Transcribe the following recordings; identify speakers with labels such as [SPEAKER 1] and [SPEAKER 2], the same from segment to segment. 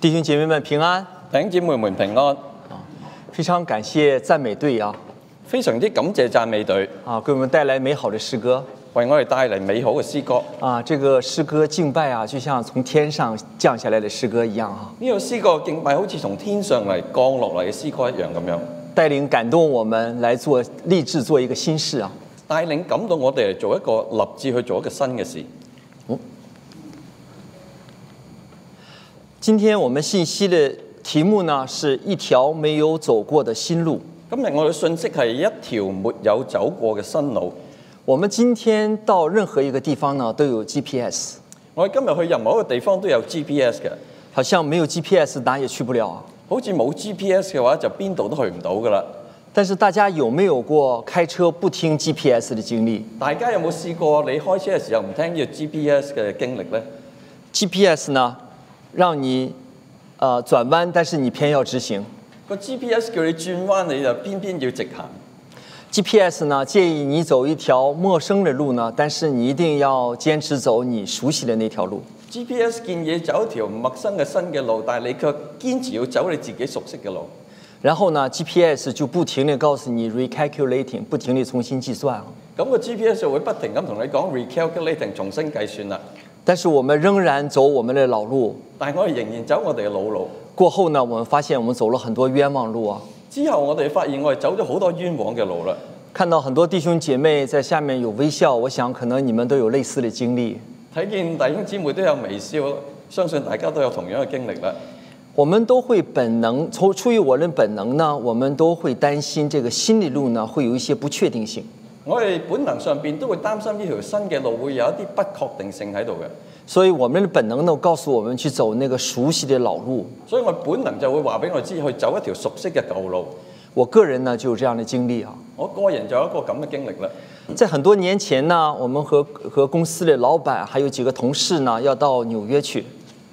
[SPEAKER 1] 弟兄姐妹们平安，
[SPEAKER 2] 弟兄姊妹們平安，
[SPEAKER 1] 非常感谢赞美队啊，
[SPEAKER 2] 非常之感謝讚美隊
[SPEAKER 1] 啊，给我们带来美好的诗歌
[SPEAKER 2] 為我哋帶嚟美好嘅詩歌。
[SPEAKER 1] 啊。这个诗歌敬拜啊，就像从天上降下来的诗歌一样啊，
[SPEAKER 2] 呢、個詩歌嘅敬拜好似從天上嚟降落嚟嘅詩歌一樣咁樣，
[SPEAKER 1] 带领感動我们来做立志做一个新事啊。
[SPEAKER 2] 帶領感到我哋嚟做一個立志去做一個新嘅事。
[SPEAKER 1] 今天我们信息的题目呢是一条没有走过的新路。
[SPEAKER 2] 今日我哋信息係一條沒有走過嘅新路。
[SPEAKER 1] 我们今天到任何一个地方呢都有 GPS，
[SPEAKER 2] 我哋今日去任何一個地方都有 GPS 嘅，
[SPEAKER 1] 好像没有 GPS 哪也去不了啊。
[SPEAKER 2] 好似冇 GPS 嘅話就邊度都去唔到㗎啦。
[SPEAKER 1] 但是大家有没有过开车不听 GPS 的经历
[SPEAKER 2] 大家有冇試過你開車嘅時候唔聽呢個 GPS 嘅經歷呢？
[SPEAKER 1] ？GPS 呢，让你呃转弯，但是你偏要直行。
[SPEAKER 2] 個 GPS 叫你轉彎，你就偏偏要直行。
[SPEAKER 1] GPS 呢建议你走一条陌生的路呢，但是你一定要坚持走你熟悉的那条路。
[SPEAKER 2] GPS 建議走一條陌生嘅新嘅路，但係你卻堅持要走你自己熟悉嘅路。
[SPEAKER 1] 然后呢，GPS 就不停地告诉你 recalculating，不停地重新计算啊。
[SPEAKER 2] 咁、個 GPS 就會不停咁同你講 recalculating 重新計算啦。
[SPEAKER 1] 但是我们仍然走我们的老路。
[SPEAKER 2] 但係我哋仍然走我哋嘅老路。
[SPEAKER 1] 过后呢，我们发现我们走了很多冤枉路啊。
[SPEAKER 2] 之後我哋發現我哋走咗好多冤枉嘅路啦。
[SPEAKER 1] 看到很多弟兄姐妹在下面有微笑，我想可能你们都有类似的经历。
[SPEAKER 2] 睇見弟兄姊妹都有微笑，相信大家都有同樣嘅經歷啦。
[SPEAKER 1] 我们都会本能，从出于我的本能呢，我们都会担心这个新的路呢会有一些不确定性，
[SPEAKER 2] 我哋本能上邊都會擔心呢條新嘅路會有一啲不確定性喺度嘅，
[SPEAKER 1] 所以我们的本能呢告訴我们去走那个熟悉的老路。
[SPEAKER 2] 所以我本能就會話俾我知去走一條熟悉嘅舊路。
[SPEAKER 1] 我个人呢就有这样的經歷啊，
[SPEAKER 2] 我個人就有一個咁嘅經歷啦。
[SPEAKER 1] 在很多年前呢，我们和和公司的老板还有幾个同事呢要到纽约去，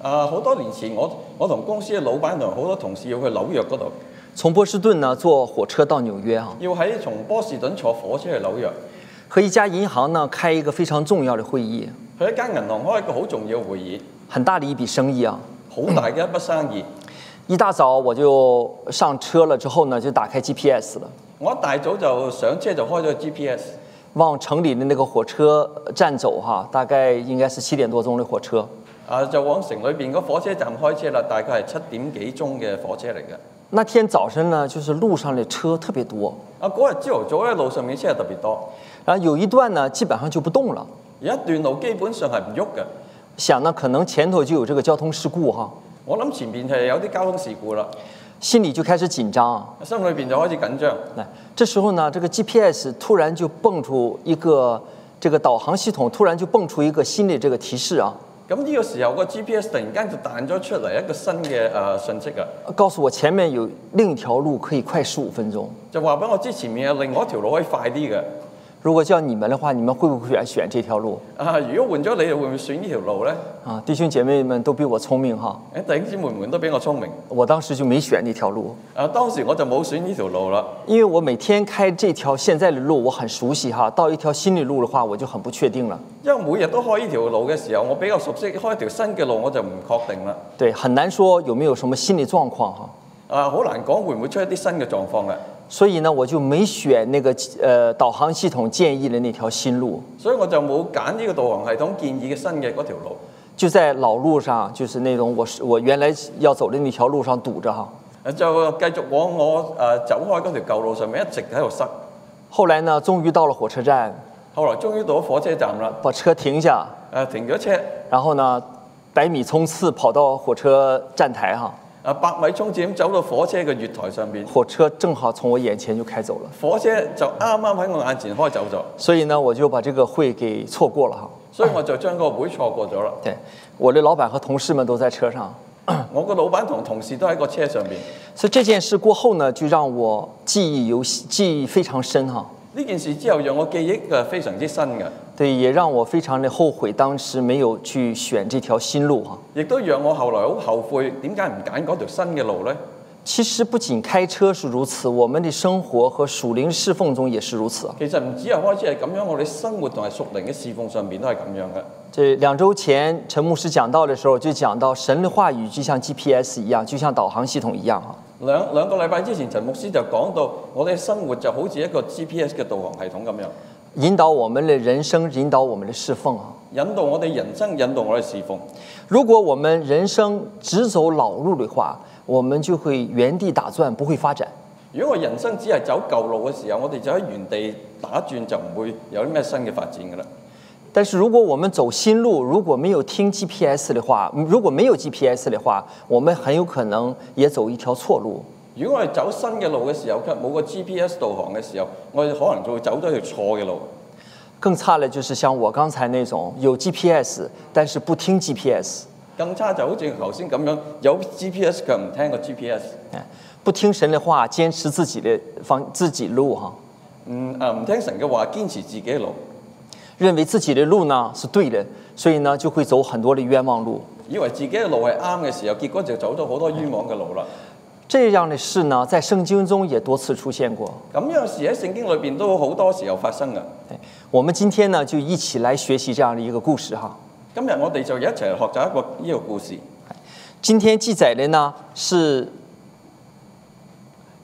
[SPEAKER 2] 啊，好多年前我我同公司嘅老闆同好多同事要去紐約嗰度，
[SPEAKER 1] 從波士頓呢坐火車到紐約啊，
[SPEAKER 2] 要喺從波士頓坐火車去紐約，
[SPEAKER 1] 和一家銀行呢開一個非常重要的會議，
[SPEAKER 2] 去一間銀行開一個好重要嘅會議，
[SPEAKER 1] 很大的一筆生意啊。
[SPEAKER 2] 好大嘅一筆生意。
[SPEAKER 1] 一大早我就上車了之後呢，就打開 GPS 了。
[SPEAKER 2] 我一大早就上車就開咗個 GPS，
[SPEAKER 1] 往城里的那个火车站走哈，大概应该是七点多钟的火车。
[SPEAKER 2] 啊就往城裏邊個火車站開車啦，大概係七點幾鐘嘅火車嚟嘅。
[SPEAKER 1] 那天早晨呢，就是路上的车特别多，
[SPEAKER 2] 啊嗰日朝頭早咧路上面車係特別多，
[SPEAKER 1] 然后有一段呢基本上就不动了，
[SPEAKER 2] 有一段路基本上係唔喐嘅。
[SPEAKER 1] 想呢可能前头就有这个交通事故哈，
[SPEAKER 2] 我諗前面係有啲交通事故啦，
[SPEAKER 1] 心里就开始紧张啊。
[SPEAKER 2] 心裏邊就開始緊張。
[SPEAKER 1] 那这时候呢，这个 GPS 突然就蹦出一个这个导航系统突然就蹦出一个新的这个提示啊，
[SPEAKER 2] 咁呢個時候個 GPS 突然間就彈咗出嚟一個新嘅誒、呃信息啊，
[SPEAKER 1] 告诉我前面有另一条路可以快十五分钟。
[SPEAKER 2] 就話俾我知前面有另外一條路可以快啲嘅。
[SPEAKER 1] 如果叫你们的话，你们會不會选选这条路
[SPEAKER 2] 啊，如果換咗你，會唔會選呢條路呢？
[SPEAKER 1] 啊？弟兄姐妹们都比我聪明哈。
[SPEAKER 2] 誒，弟兄姊妹們都比我聰明。
[SPEAKER 1] 我当时就没选那条路，
[SPEAKER 2] 啊，當時我就冇選呢條路啦，
[SPEAKER 1] 因为我每天开这条现在的路我很熟悉哈，到一条新的路的话我就很不确定了，
[SPEAKER 2] 因為每日都開呢條路嘅時候，我比較熟悉開一條新嘅路，我就唔確定啦。
[SPEAKER 1] 对，很难说有没有什么心理状况哈。
[SPEAKER 2] 啊，好難講會唔會出一啲新嘅狀況嘅。
[SPEAKER 1] 所以呢，我就没选那个呃导航系统建議的那条新路，
[SPEAKER 2] 所以我就冇揀呢個導航系統建議嘅新嘅嗰條路。
[SPEAKER 1] 就在老路上，就是那种我是我原来要走的那条路上堵着哈。
[SPEAKER 2] 啊就繼續往我誒、呃走開嗰條舊路上面一直喺度塞。
[SPEAKER 1] 后來呢，終於到了火車站，
[SPEAKER 2] 後來終於到咗火車站啦，
[SPEAKER 1] 把車停下，
[SPEAKER 2] 誒、啊停咗車。
[SPEAKER 1] 然后呢，百米冲刺跑到火車站台哈，
[SPEAKER 2] 啊，百米衝刺咁走到火車嘅月台上邊，
[SPEAKER 1] 火車正好從我眼前就開走了。
[SPEAKER 2] 火車就啱啱喺我眼前開走咗，
[SPEAKER 1] 所以呢，我就把这个会给错過了哈。
[SPEAKER 2] 所以我就將個會錯過咗啦。
[SPEAKER 1] 对，我的老板和同事们都在车上，
[SPEAKER 2] 我個老闆同同事都喺個車上邊。
[SPEAKER 1] 所以这件事过后呢，就让我记忆犹新记忆非常深哈。
[SPEAKER 2] 呢件事之後，讓我記憶誒非常之新嘅，
[SPEAKER 1] 对，也让我非常的后悔，当时没有去選这条新路哈。
[SPEAKER 2] 亦都讓我後來好後悔，點解唔揀嗰條新嘅路呢？
[SPEAKER 1] 其实不仅开车是如此，我们的生活和属灵侍奉中也是如此啊。
[SPEAKER 2] 其實唔止係開始係咁樣，我哋生活同埋屬靈嘅侍奉上面都係咁樣嘅。
[SPEAKER 1] 这两周前陈牧师讲到的时候，就讲到神的话语就像 GPS 一样，就像导航系统一样啊。
[SPEAKER 2] 兩兩個禮拜之前，陳牧師就講到，我哋生活就好似一個 GPS 嘅導航系統咁樣，
[SPEAKER 1] 引导我们的人生，引导我们的侍奉啊。
[SPEAKER 2] 引導我哋人生，引導我哋侍奉。
[SPEAKER 1] 如果我们人生只走老路的话，我们就会原地打转，不会发展。
[SPEAKER 2] 如果我人生只係走舊路嘅時候，我哋就喺原地打轉，就唔會有啲咩新嘅發展㗎啦。
[SPEAKER 1] 但是如果我们走新路，如果没有听 GPS 的话，嗯如果没有 GPS 的话，我们很有可能也走一条错路。
[SPEAKER 2] 如果我哋走新嘅路嘅時候，卻冇個 GPS 導航嘅時候，我哋可能就會走咗條錯嘅路。
[SPEAKER 1] 更差的就是像我刚才那种有 GPS 但是不听 GPS，
[SPEAKER 2] 更差就好似頭先咁樣，有 GPS 卻唔聽個 GPS，
[SPEAKER 1] 哎，不听神的话，坚持自己的方自己路哈、
[SPEAKER 2] 唔啊唔聽神嘅話，堅持自己嘅路，
[SPEAKER 1] 认为自己的路呢是对的，所以呢就会走很多的冤枉路。
[SPEAKER 2] 以為自己嘅路係啱嘅時候，結果就走咗好多冤枉嘅路啦。
[SPEAKER 1] 这样的事呢，在圣经中也多次出现过。
[SPEAKER 2] 咁樣事喺聖經裏邊都好多時候發生㗎。
[SPEAKER 1] 哎我们今天呢就一起来学习这样的一个故事哈。
[SPEAKER 2] 今日我哋就一齊學習一個呢個故事。
[SPEAKER 1] 今天记载的呢是《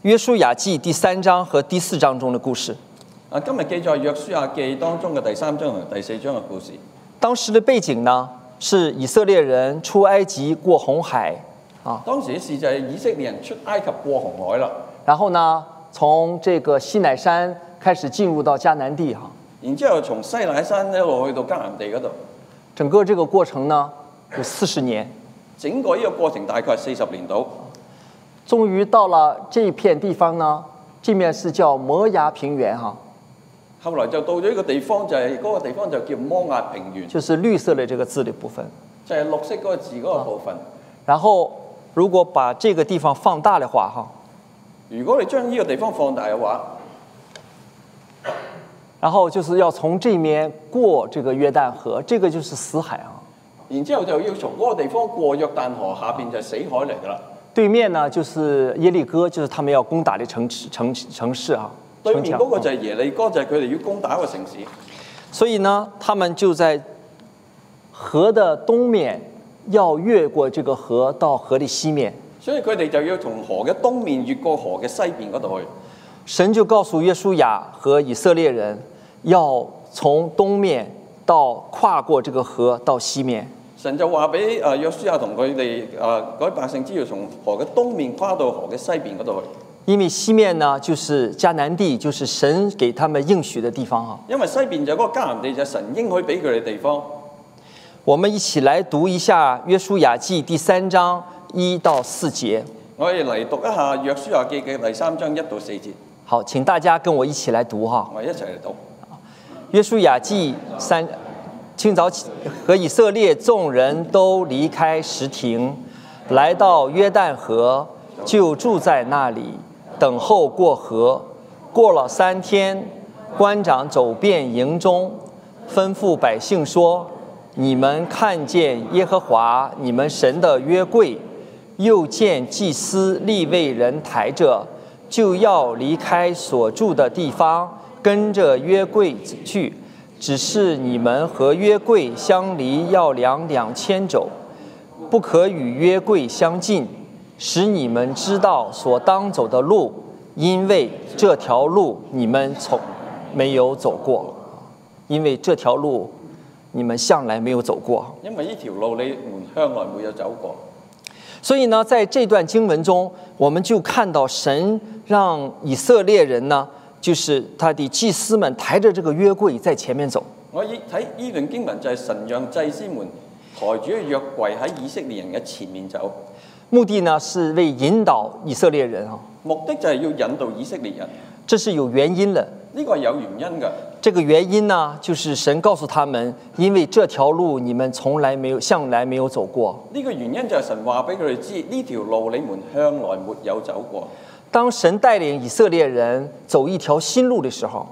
[SPEAKER 1] 约书亚记》第三章和第四章中的故事。
[SPEAKER 2] 啊，今日記載約書亞記當中嘅第三章同第四章嘅故事。
[SPEAKER 1] 当时的背景呢是以色列人出埃及过红海啊，
[SPEAKER 2] 當時嘅事就係以色列人出埃及過紅海啦，
[SPEAKER 1] 然后呢从这个西乃山开始进入到迦南地啊哈、
[SPEAKER 2] 然之後從西乃山一路去到迦南地嗰度，
[SPEAKER 1] 整个这个过程呢有四十年，
[SPEAKER 2] 整個呢個過程大概係四十年度。
[SPEAKER 1] 终于到了这片地方呢，这面是叫摩崖平原哈、
[SPEAKER 2] 後來就到咗呢個地方，就係、嗰個地方就叫摩押平原，
[SPEAKER 1] 就是綠色的这个字的部分。
[SPEAKER 2] 就係、綠色嗰個字嗰個部分。
[SPEAKER 1] 然后如果把这个地方放大的话哈、
[SPEAKER 2] 如果你將呢個地方放大嘅話，
[SPEAKER 1] 然后就是要从这面过这个约旦河，这个就是死海啊。
[SPEAKER 2] 然之後就要從嗰個地方過約旦河下邊就係死海嚟㗎啦。
[SPEAKER 1] 对面呢就是耶利哥，就是他们要攻打的城池城城市啊，
[SPEAKER 2] 對
[SPEAKER 1] 城
[SPEAKER 2] 面
[SPEAKER 1] 墙。
[SPEAKER 2] 嗰個就
[SPEAKER 1] 嗯
[SPEAKER 2] 係耶利哥，就係佢哋要攻打一個城市。
[SPEAKER 1] 所以呢，他们就在河的东面要越过这个河到河的西面。
[SPEAKER 2] 所以佢哋就要從河嘅東面越過河嘅西邊嗰度去。
[SPEAKER 1] 神就告诉约书亚和以色列人，要从东面到跨过这个河到西面。
[SPEAKER 2] 神就話俾呃誒約書亞同佢哋誒嗰啲百姓知，要從河嘅東面跨到河嘅西邊嗰度去，
[SPEAKER 1] 因为西面呢，就是迦南地，就是神给他们应许的地方啊。
[SPEAKER 2] 因為西邊就係嗰個迦南地就係神應許俾佢哋地方。
[SPEAKER 1] 我们一起来读一下《约书亚记》第三章一到四节。
[SPEAKER 2] 我哋嚟讀一下約書亞記嘅第三章一到四節，
[SPEAKER 1] 好，請大家跟我一起来讀哈。
[SPEAKER 2] 我哋一齊嚟讀。
[SPEAKER 1] 约书亚记三，清早起和以色列众人都离开石亭，来到约旦河，就住在那里，等候过河。过了三天，官长走遍营中，吩咐百姓说：“你们看见耶和华你们神的约柜，又见祭司立位人抬着，就要离开所住的地方，跟着约柜去。只是你们和约柜相离要量两千肘，不可与约柜相近，使你们知道所当走的路，因为这条路你们从没有走过，因为这条路你们向来没有走过。
[SPEAKER 2] 因為呢條路你們向來沒有走過，
[SPEAKER 1] 所以呢，在这段经文中，我们就看到神让以色列人呢，就是他的祭司们抬着这个约柜在前面走。
[SPEAKER 2] 我依睇呢段經文就係神讓祭司們抬住約櫃喺以色列人嘅前面走，
[SPEAKER 1] 目的呢是为引导以色列人啊，
[SPEAKER 2] 目的就係要引導以色列人。
[SPEAKER 1] 这是有原因的。
[SPEAKER 2] 呢個係有原因㗎。
[SPEAKER 1] 这个原因呢，就是神告诉他们，因为这条路你们从来没有、向来没有走过。
[SPEAKER 2] 呢、個原因就係神話俾佢哋知，呢條路你們向來沒有走過。
[SPEAKER 1] 当神带领以色列人走一条新路的时候，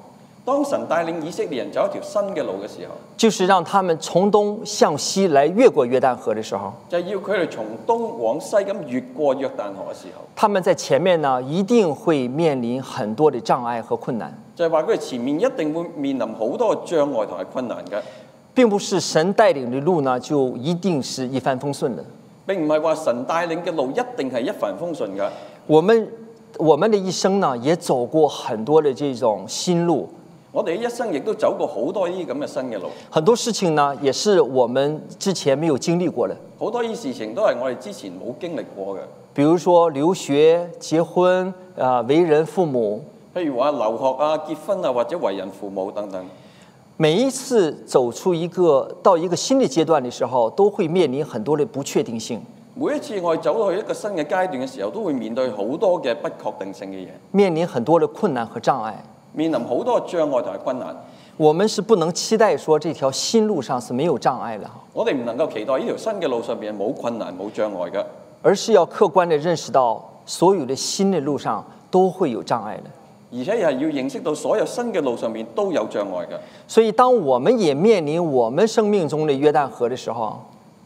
[SPEAKER 2] 當神帶領以色列人走一條新嘅路嘅時候，
[SPEAKER 1] 就是让他们从东向西来越过约旦河的时候，
[SPEAKER 2] 就係要佢哋從東往西咁越過約旦河嘅時候，
[SPEAKER 1] 他们在前面呢，一定会面临很多的障碍和困难。
[SPEAKER 2] 就係話佢哋前面一定會面臨好多嘅障礙同埋困難嘅。
[SPEAKER 1] 并不是神带领的路呢就一定是一帆风顺的。
[SPEAKER 2] 並唔係話神帶領嘅路一定係一帆風順嘅。
[SPEAKER 1] 我们我们的一生呢，也走过很多的这种新路，
[SPEAKER 2] 我哋一生亦都走過好多呢啲咁嘅新嘅路，
[SPEAKER 1] 很多事情呢也是我们之前没有经历过的，
[SPEAKER 2] 好多呢啲事情都係我哋之前冇經歷過嘅。
[SPEAKER 1] 比如说留学、结婚、啊、为人父母。
[SPEAKER 2] 譬如話留學啊、結婚啊，或者為人父母等等。
[SPEAKER 1] 每一次走出一个到一个新的阶段的时候，都会面临很多的不确定性，
[SPEAKER 2] 每一次我哋走到去一個新嘅階段嘅時候，都會面對好多嘅不確定性嘅嘢，
[SPEAKER 1] 面臨很多的困難和障礙。
[SPEAKER 2] 面臨好多嘅障礙同埋困難。
[SPEAKER 1] 我们是不能期待说这条新路上是没有障礙的，
[SPEAKER 2] 我哋唔能夠期待呢條新嘅路上邊係冇困難冇障礙嘅，
[SPEAKER 1] 而是要客觀地認識到，所有的新的路上都會有障礙的。
[SPEAKER 2] 而且係要認識到所有新嘅路上面都有障礙嘅。
[SPEAKER 1] 所以，當我们也面臨我們生命中的約旦河的時候，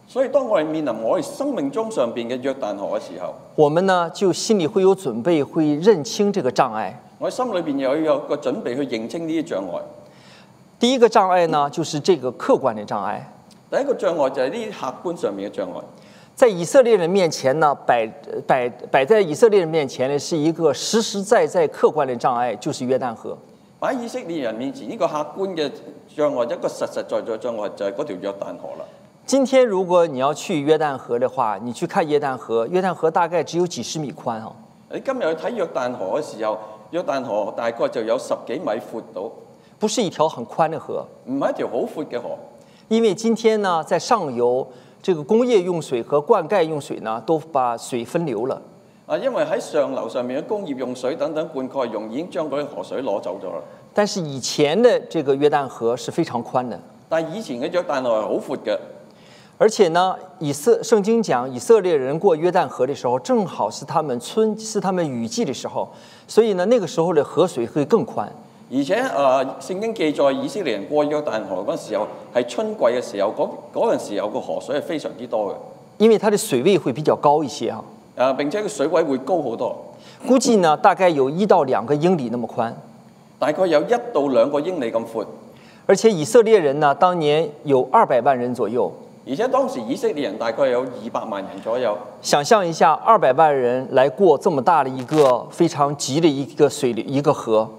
[SPEAKER 2] 所以當我哋面臨我哋生命中上邊嘅約旦河嘅時候，
[SPEAKER 1] 我們呢就心里會有準備，會認清這個障礙。
[SPEAKER 2] 我哋心裏邊又要有個準備去認清呢啲障礙。
[SPEAKER 1] 第一個障礙呢，就是這個客觀的障礙。
[SPEAKER 2] 第一個障礙就係呢啲客觀上面嘅障礙。
[SPEAKER 1] 在以色列人面前呢，摆摆摆在以色列人面前的是一个实实在在客觀的障礙，就是約旦河。
[SPEAKER 2] 擺喺以色列人面前，呢、個客觀嘅障礙，一個實實在在嘅障礙就係嗰條約旦河啦。
[SPEAKER 1] 今天如果你要去約旦河的話，你去看約旦河，約旦河大概只有幾十米寬啊，
[SPEAKER 2] 你今日去睇約旦河嘅時候，約旦河大概就有十幾米闊到，唔
[SPEAKER 1] 不是一條很寬的河。
[SPEAKER 2] 係一條好闊嘅河，
[SPEAKER 1] 因為今天呢，在上游这個工業用水和灌溉用水呢，都把水分流了，
[SPEAKER 2] 啊，因為喺上流上面嘅工業用水等等灌溉用已經將嗰啲河水攞走咗啦。
[SPEAKER 1] 但是以前的這個約旦河是非常寬的，
[SPEAKER 2] 但係以前嘅約旦河係好闊嘅，
[SPEAKER 1] 而且呢，以色聖經講以色列人過約旦河的時候，正好是他們春是他們雨季的時候，所以呢，那個時候的河水會更寬。
[SPEAKER 2] 而且啊，聖經記載以色列人過約旦河嗰陣時候係春季嘅時候，嗰嗰陣時候個河水係非常之多嘅，
[SPEAKER 1] 因為它的水位會比較高一些啊，
[SPEAKER 2] 啊並且個水位會高好多，
[SPEAKER 1] 估計呢大概有一到兩個英里那麼寬。
[SPEAKER 2] 大概有一到兩個英里咁闊。
[SPEAKER 1] 而且以色列人呢，當年有二百萬人左右，
[SPEAKER 2] 而且當時以色列人大概有二百萬人左右，
[SPEAKER 1] 想象一下，二百萬人來過這麼大的一個非常急的一個水流一個河，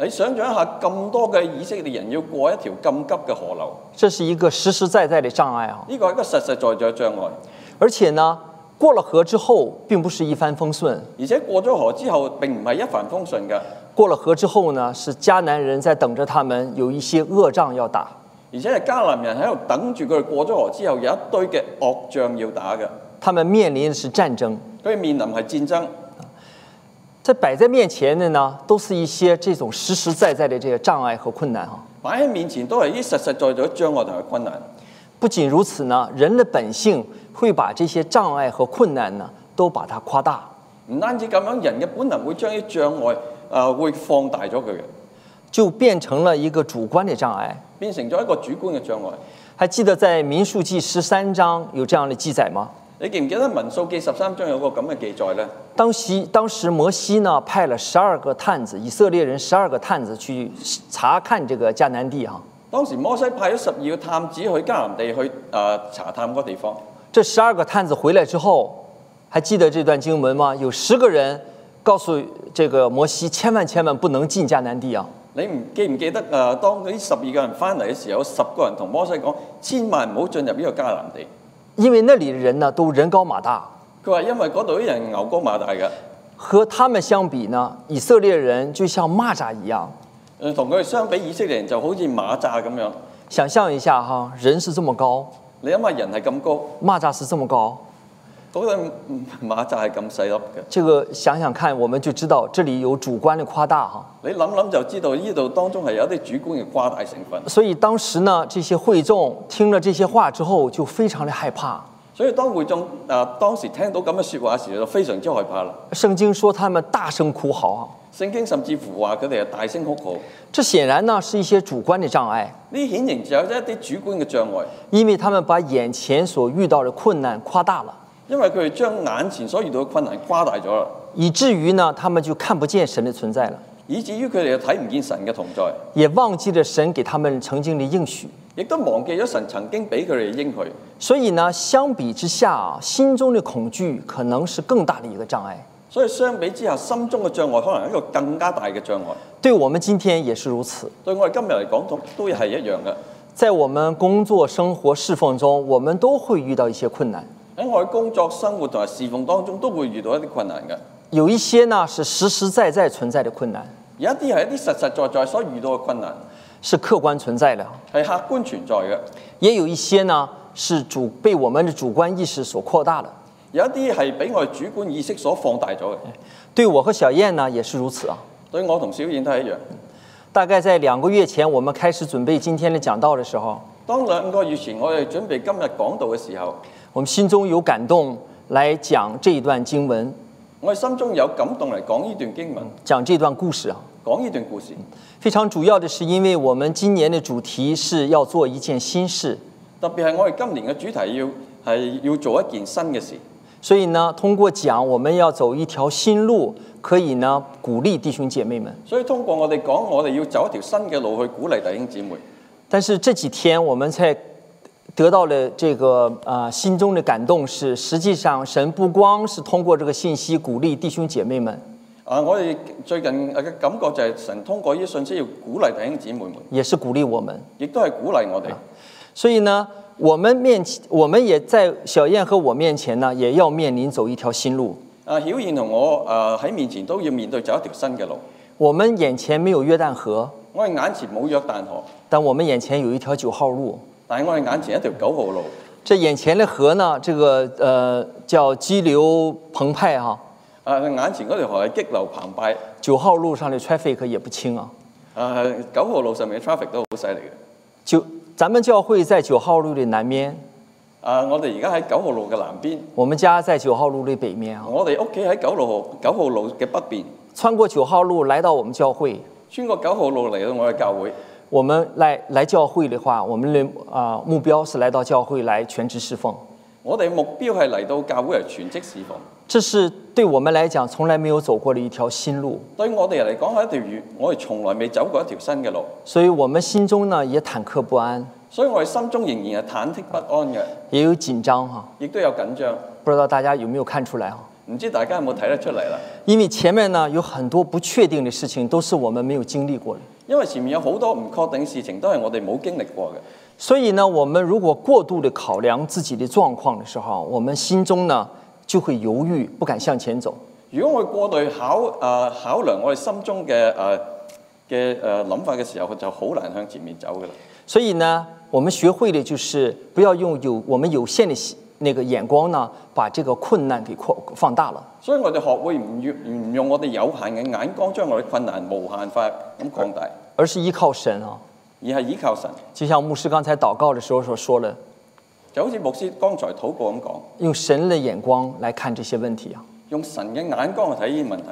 [SPEAKER 2] 你想象一下咁多嘅以色列人要過一條咁急嘅河流，
[SPEAKER 1] 這是一個實實在在的障礙啊！
[SPEAKER 2] 呢個係一個實實在在嘅障礙。
[SPEAKER 1] 而且呢，過了河之後，並不是一帆風順，
[SPEAKER 2] 而且過咗河之後並唔係一帆風順嘅，
[SPEAKER 1] 過了河之後呢，是迦南人在等着他們有一些惡仗要打。
[SPEAKER 2] 而且係迦南人喺度等住佢哋過咗河之後有一堆嘅惡仗要打嘅，
[SPEAKER 1] 他們面臨的是戰爭，
[SPEAKER 2] 佢哋面臨係戰爭。
[SPEAKER 1] 在擺在面前的呢，都是一些這種實實在在的這個障礙和困難啊。
[SPEAKER 2] 擺喺面前都係啲實實在在嘅障礙同埋困難。
[SPEAKER 1] 不僅如此呢，人的本性會把這些障礙和困難呢，都把它誇大。
[SPEAKER 2] 唔單止咁樣，人嘅本能會將啲障礙誒、呃、會放大咗佢嘅，
[SPEAKER 1] 就變成了一個主觀的障礙。
[SPEAKER 2] 變成咗一個主觀嘅障礙。
[SPEAKER 1] 還記得在民數記十三章有這樣的記載嗎？
[SPEAKER 2] 你記唔記得民數記十三章有個咁嘅記載呢？
[SPEAKER 1] 當時當時摩西呢派了十二個探子，以色列人十二個探子去查看這個迦南地啊。
[SPEAKER 2] 當時摩西派咗十二個探子去迦南地去誒、呃查探嗰個地方。
[SPEAKER 1] 這十二個探子回來之後，還記得這段經文嗎？有十個人告訴這個摩西，千萬千萬不能進迦南地啊。
[SPEAKER 2] 你唔記唔記得誒、呃？當呢十二個人翻嚟嘅時候，有十個人同摩西講：千萬唔好進入呢個迦南地。
[SPEAKER 1] 因為那裡的人呢都人高馬大，
[SPEAKER 2] 佢話因為嗰度啲人牛高馬大嘅，
[SPEAKER 1] 和他們相比呢，以色列人就像蚂蚱一樣。
[SPEAKER 2] 呃同佢哋相比，以色列人就好似馬蚱咁樣。
[SPEAKER 1] 想象一下哈，人是這麼高，
[SPEAKER 2] 你諗下人係咁高，
[SPEAKER 1] 蚂蚱是這麼高，
[SPEAKER 2] 嗰個馬蚱係咁細粒嘅。
[SPEAKER 1] 这個想想看，我們就知道這裡有主觀的誇大哈。
[SPEAKER 2] 你諗諗就知道呢度當中係有一啲主觀嘅誇大成分，
[SPEAKER 1] 所以當時呢，這些會眾聽了這些話之後，就非常的害怕。
[SPEAKER 2] 所以當會眾啊當時聽到咁嘅説話嘅時候，就非常之害怕啦。
[SPEAKER 1] 聖經說他們大聲哭嚎啊，
[SPEAKER 2] 聖經甚至乎話佢哋係大聲哭號，
[SPEAKER 1] 這顯然呢是一些主觀的障礙，
[SPEAKER 2] 呢顯然就有一啲主觀嘅障礙，
[SPEAKER 1] 因為他們把眼前所遇到的困難誇大了，
[SPEAKER 2] 因為佢哋將眼前所遇到嘅困難誇大咗啦，
[SPEAKER 1] 以至於呢他們就看不見神的存在了。
[SPEAKER 2] 以至於佢哋睇唔見神嘅同在，
[SPEAKER 1] 也忘记了神给他们曾经的应许。
[SPEAKER 2] 亦都忘記咗神曾經俾佢哋嘅應許。
[SPEAKER 1] 所以呢，相比之下啊，心中的恐惧可能是更大的一个障碍。
[SPEAKER 2] 所以相比之下，心中嘅障礙可能係一個更加大嘅障礙。
[SPEAKER 1] 对我们今天也是如此。
[SPEAKER 2] 對我哋今日嚟講都都係一樣嘅。
[SPEAKER 1] 在我们工作、生活、侍奉中，我们都会遇到一些困难。
[SPEAKER 2] 喺我嘅工作、生活同埋侍奉當中，都會遇到一啲困難嘅。
[SPEAKER 1] 有一些呢是实实在在存在的困难，
[SPEAKER 2] 有一啲係一啲實實在在所遇到嘅困難，
[SPEAKER 1] 是客观存在的；
[SPEAKER 2] 係客觀存在嘅；
[SPEAKER 1] 也有一些呢是主被我们的主观意识所擴大的。
[SPEAKER 2] 有一啲係俾我哋主觀意識所放大咗嘅。
[SPEAKER 1] 对我和小燕呢也是如此啊。
[SPEAKER 2] 對我同小燕都係一樣。
[SPEAKER 1] 大概在两个月前，我们开始准备今天的讲道的時候，
[SPEAKER 2] 當兩個月前我哋準備今日講道嘅時候，
[SPEAKER 1] 我们心中有感动来讲这一段经文，
[SPEAKER 2] 我哋心中有感動嚟講呢段經文，
[SPEAKER 1] 讲这段故事啊。
[SPEAKER 2] 講呢段故事。
[SPEAKER 1] 非常主要的是，因为我们今年的主題是要做一件新事，
[SPEAKER 2] 特別係我哋今年嘅主題要係要做一件新嘅事，
[SPEAKER 1] 所以呢，通过讲，我们要走一条新路，可以呢鼓励弟兄姐妹们。
[SPEAKER 2] 所以通過我哋講，我哋要走一條新嘅路去鼓勵弟兄姊妹。
[SPEAKER 1] 但是这几天我们才得到了这个呃心中的感动是，实际上神不光是通过这个信息鼓励弟兄姐妹們，
[SPEAKER 2] 啊！我哋最近嘅感覺就係神通過呢啲信息要鼓勵弟兄姊妹們，
[SPEAKER 1] 也是鼓励我们。
[SPEAKER 2] 亦都係鼓勵我哋。
[SPEAKER 1] 所以呢，我们面前，我们也在小燕和我面前呢，也要面临走一条新路。
[SPEAKER 2] 啊，曉燕同我啊喺面前都要面對走一條新嘅路。
[SPEAKER 1] 我们眼前沒有約旦河，
[SPEAKER 2] 我哋眼前冇約旦河，
[SPEAKER 1] 但我们眼前有一条九号路。
[SPEAKER 2] 但係我哋眼前一條九號路。
[SPEAKER 1] 这眼前的河呢，这个呃叫激流澎湃哈、
[SPEAKER 2] 啊，眼前嗰條河係激流澎湃。
[SPEAKER 1] 九号路上的 traffic 也不輕啊。
[SPEAKER 2] 啊，九號路上面嘅 traffic 都好犀利嘅。
[SPEAKER 1] 九，咱们教会在九号路的南面，
[SPEAKER 2] 啊，我哋而家喺九號路嘅南邊，
[SPEAKER 1] 我们家在九號路的北面啊，
[SPEAKER 2] 我哋屋企喺九路九號路嘅北邊，
[SPEAKER 1] 穿過九號路來到我們教會，
[SPEAKER 2] 穿過九號路嚟到我嘅教會。
[SPEAKER 1] 我們來來教會的話，我們的啊、目標是來到教會來全職侍奉，
[SPEAKER 2] 我哋目標係嚟到教會嚟全職侍奉。
[SPEAKER 1] 這是對我們來講從來沒有走過的一條新路，
[SPEAKER 2] 對我哋嚟講係一條越，我哋從來未走過一條新嘅路，
[SPEAKER 1] 所以我們心中呢也忐忑不安，
[SPEAKER 2] 所以我哋心中仍然係忐忑不安嘅，
[SPEAKER 1] 也有緊張哈、
[SPEAKER 2] 亦都有緊張。
[SPEAKER 1] 不知道大家有沒有看出來哈、
[SPEAKER 2] 唔知大家有冇睇得出嚟啦？
[SPEAKER 1] 因為前面呢有很多不確定的事情，都是我們没有經歷過的。
[SPEAKER 2] 因為前面有好多唔確定事情，都係我哋冇經歷過嘅。
[SPEAKER 1] 所以呢，我们如果过度的考量自己的状况的时候，我们心中呢就会犹豫，不敢向前走。
[SPEAKER 2] 如果我過度考啊、考量我哋心中嘅誒嘅誒諗法嘅時候，就好難向前面走嘅啦。
[SPEAKER 1] 所以呢，我们学会的就是不要用有我们有限的喜那个眼光呢，把这个困难给扩放大了。
[SPEAKER 2] 所以我哋學會唔用唔用我哋有限嘅眼光，將我哋困難無限化咁擴大，
[SPEAKER 1] 而是依靠神啊。
[SPEAKER 2] 而係依靠神。
[SPEAKER 1] 就像牧师刚才祷告的时候所说的，
[SPEAKER 2] 就好似牧師剛才禱告咁講，
[SPEAKER 1] 用神的眼光来看这些问題啊。
[SPEAKER 2] 用神嘅眼光去睇呢啲呃問題。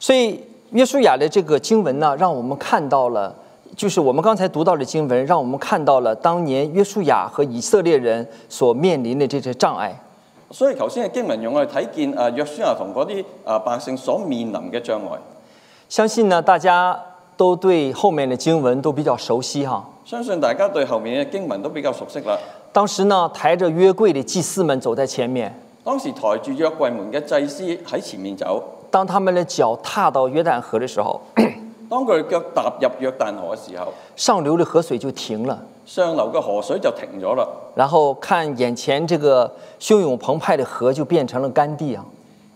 [SPEAKER 1] 所以约书亚的这个经文呢，让我们看到了，就是我们刚才读到的经文，让我们看到了当年约书亚和以色列人所面临的这些障碍。
[SPEAKER 2] 所以頭先嘅經文用我哋睇見啊約書亞同嗰啲啊百姓所面臨嘅障礙。
[SPEAKER 1] 相信呢，大家都对后面的经文都比较熟悉哈。
[SPEAKER 2] 相信大家對後面嘅經文都比較熟悉啦。
[SPEAKER 1] 当时呢，抬着约柜的祭司们走在前面，
[SPEAKER 2] 當時抬住約櫃門嘅祭司喺前面走，
[SPEAKER 1] 当他们的脚踏到约旦河的时候，
[SPEAKER 2] 當佢哋腳踏入約旦河嘅時候，
[SPEAKER 1] 上流的河水就停了。
[SPEAKER 2] 上流嘅河水就停咗啦。
[SPEAKER 1] 然后看眼前这个汹涌澎湃的河就变成了干地啊！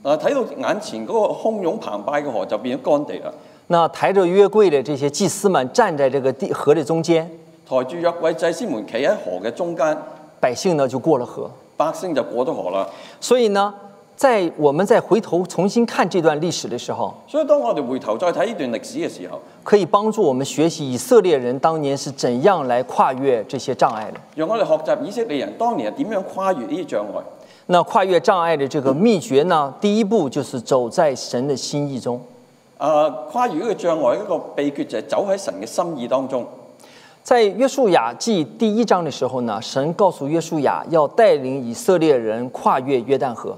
[SPEAKER 2] 啊，睇到眼前嗰個洶湧澎湃嘅河就變咗乾地啦。
[SPEAKER 1] 那抬着约柜的这些祭司们站在这个地河的中间，
[SPEAKER 2] 抬住約櫃祭司們企喺河嘅中間，
[SPEAKER 1] 百姓呢就過了河。
[SPEAKER 2] 百姓就過咗河啦。
[SPEAKER 1] 所以呢，在我们再回头重新看這段歷史的時候，
[SPEAKER 2] 所以當我哋回頭再睇呢段歷史嘅時候，
[SPEAKER 1] 可以幫助我們學習以色列人當年是怎樣來跨越這些障礙的。
[SPEAKER 2] 讓我哋學習以色列人當年係點樣跨越呢啲障礙。
[SPEAKER 1] 那跨越障礙的這個秘訣呢，第一步就是走在神的心意中。
[SPEAKER 2] 啊，跨越呢個障礙一個秘訣就係走喺神嘅心意當中。
[SPEAKER 1] 在約書亞記第一章的時候呢，神告訴約書亞要帶領以色列人跨越約旦河。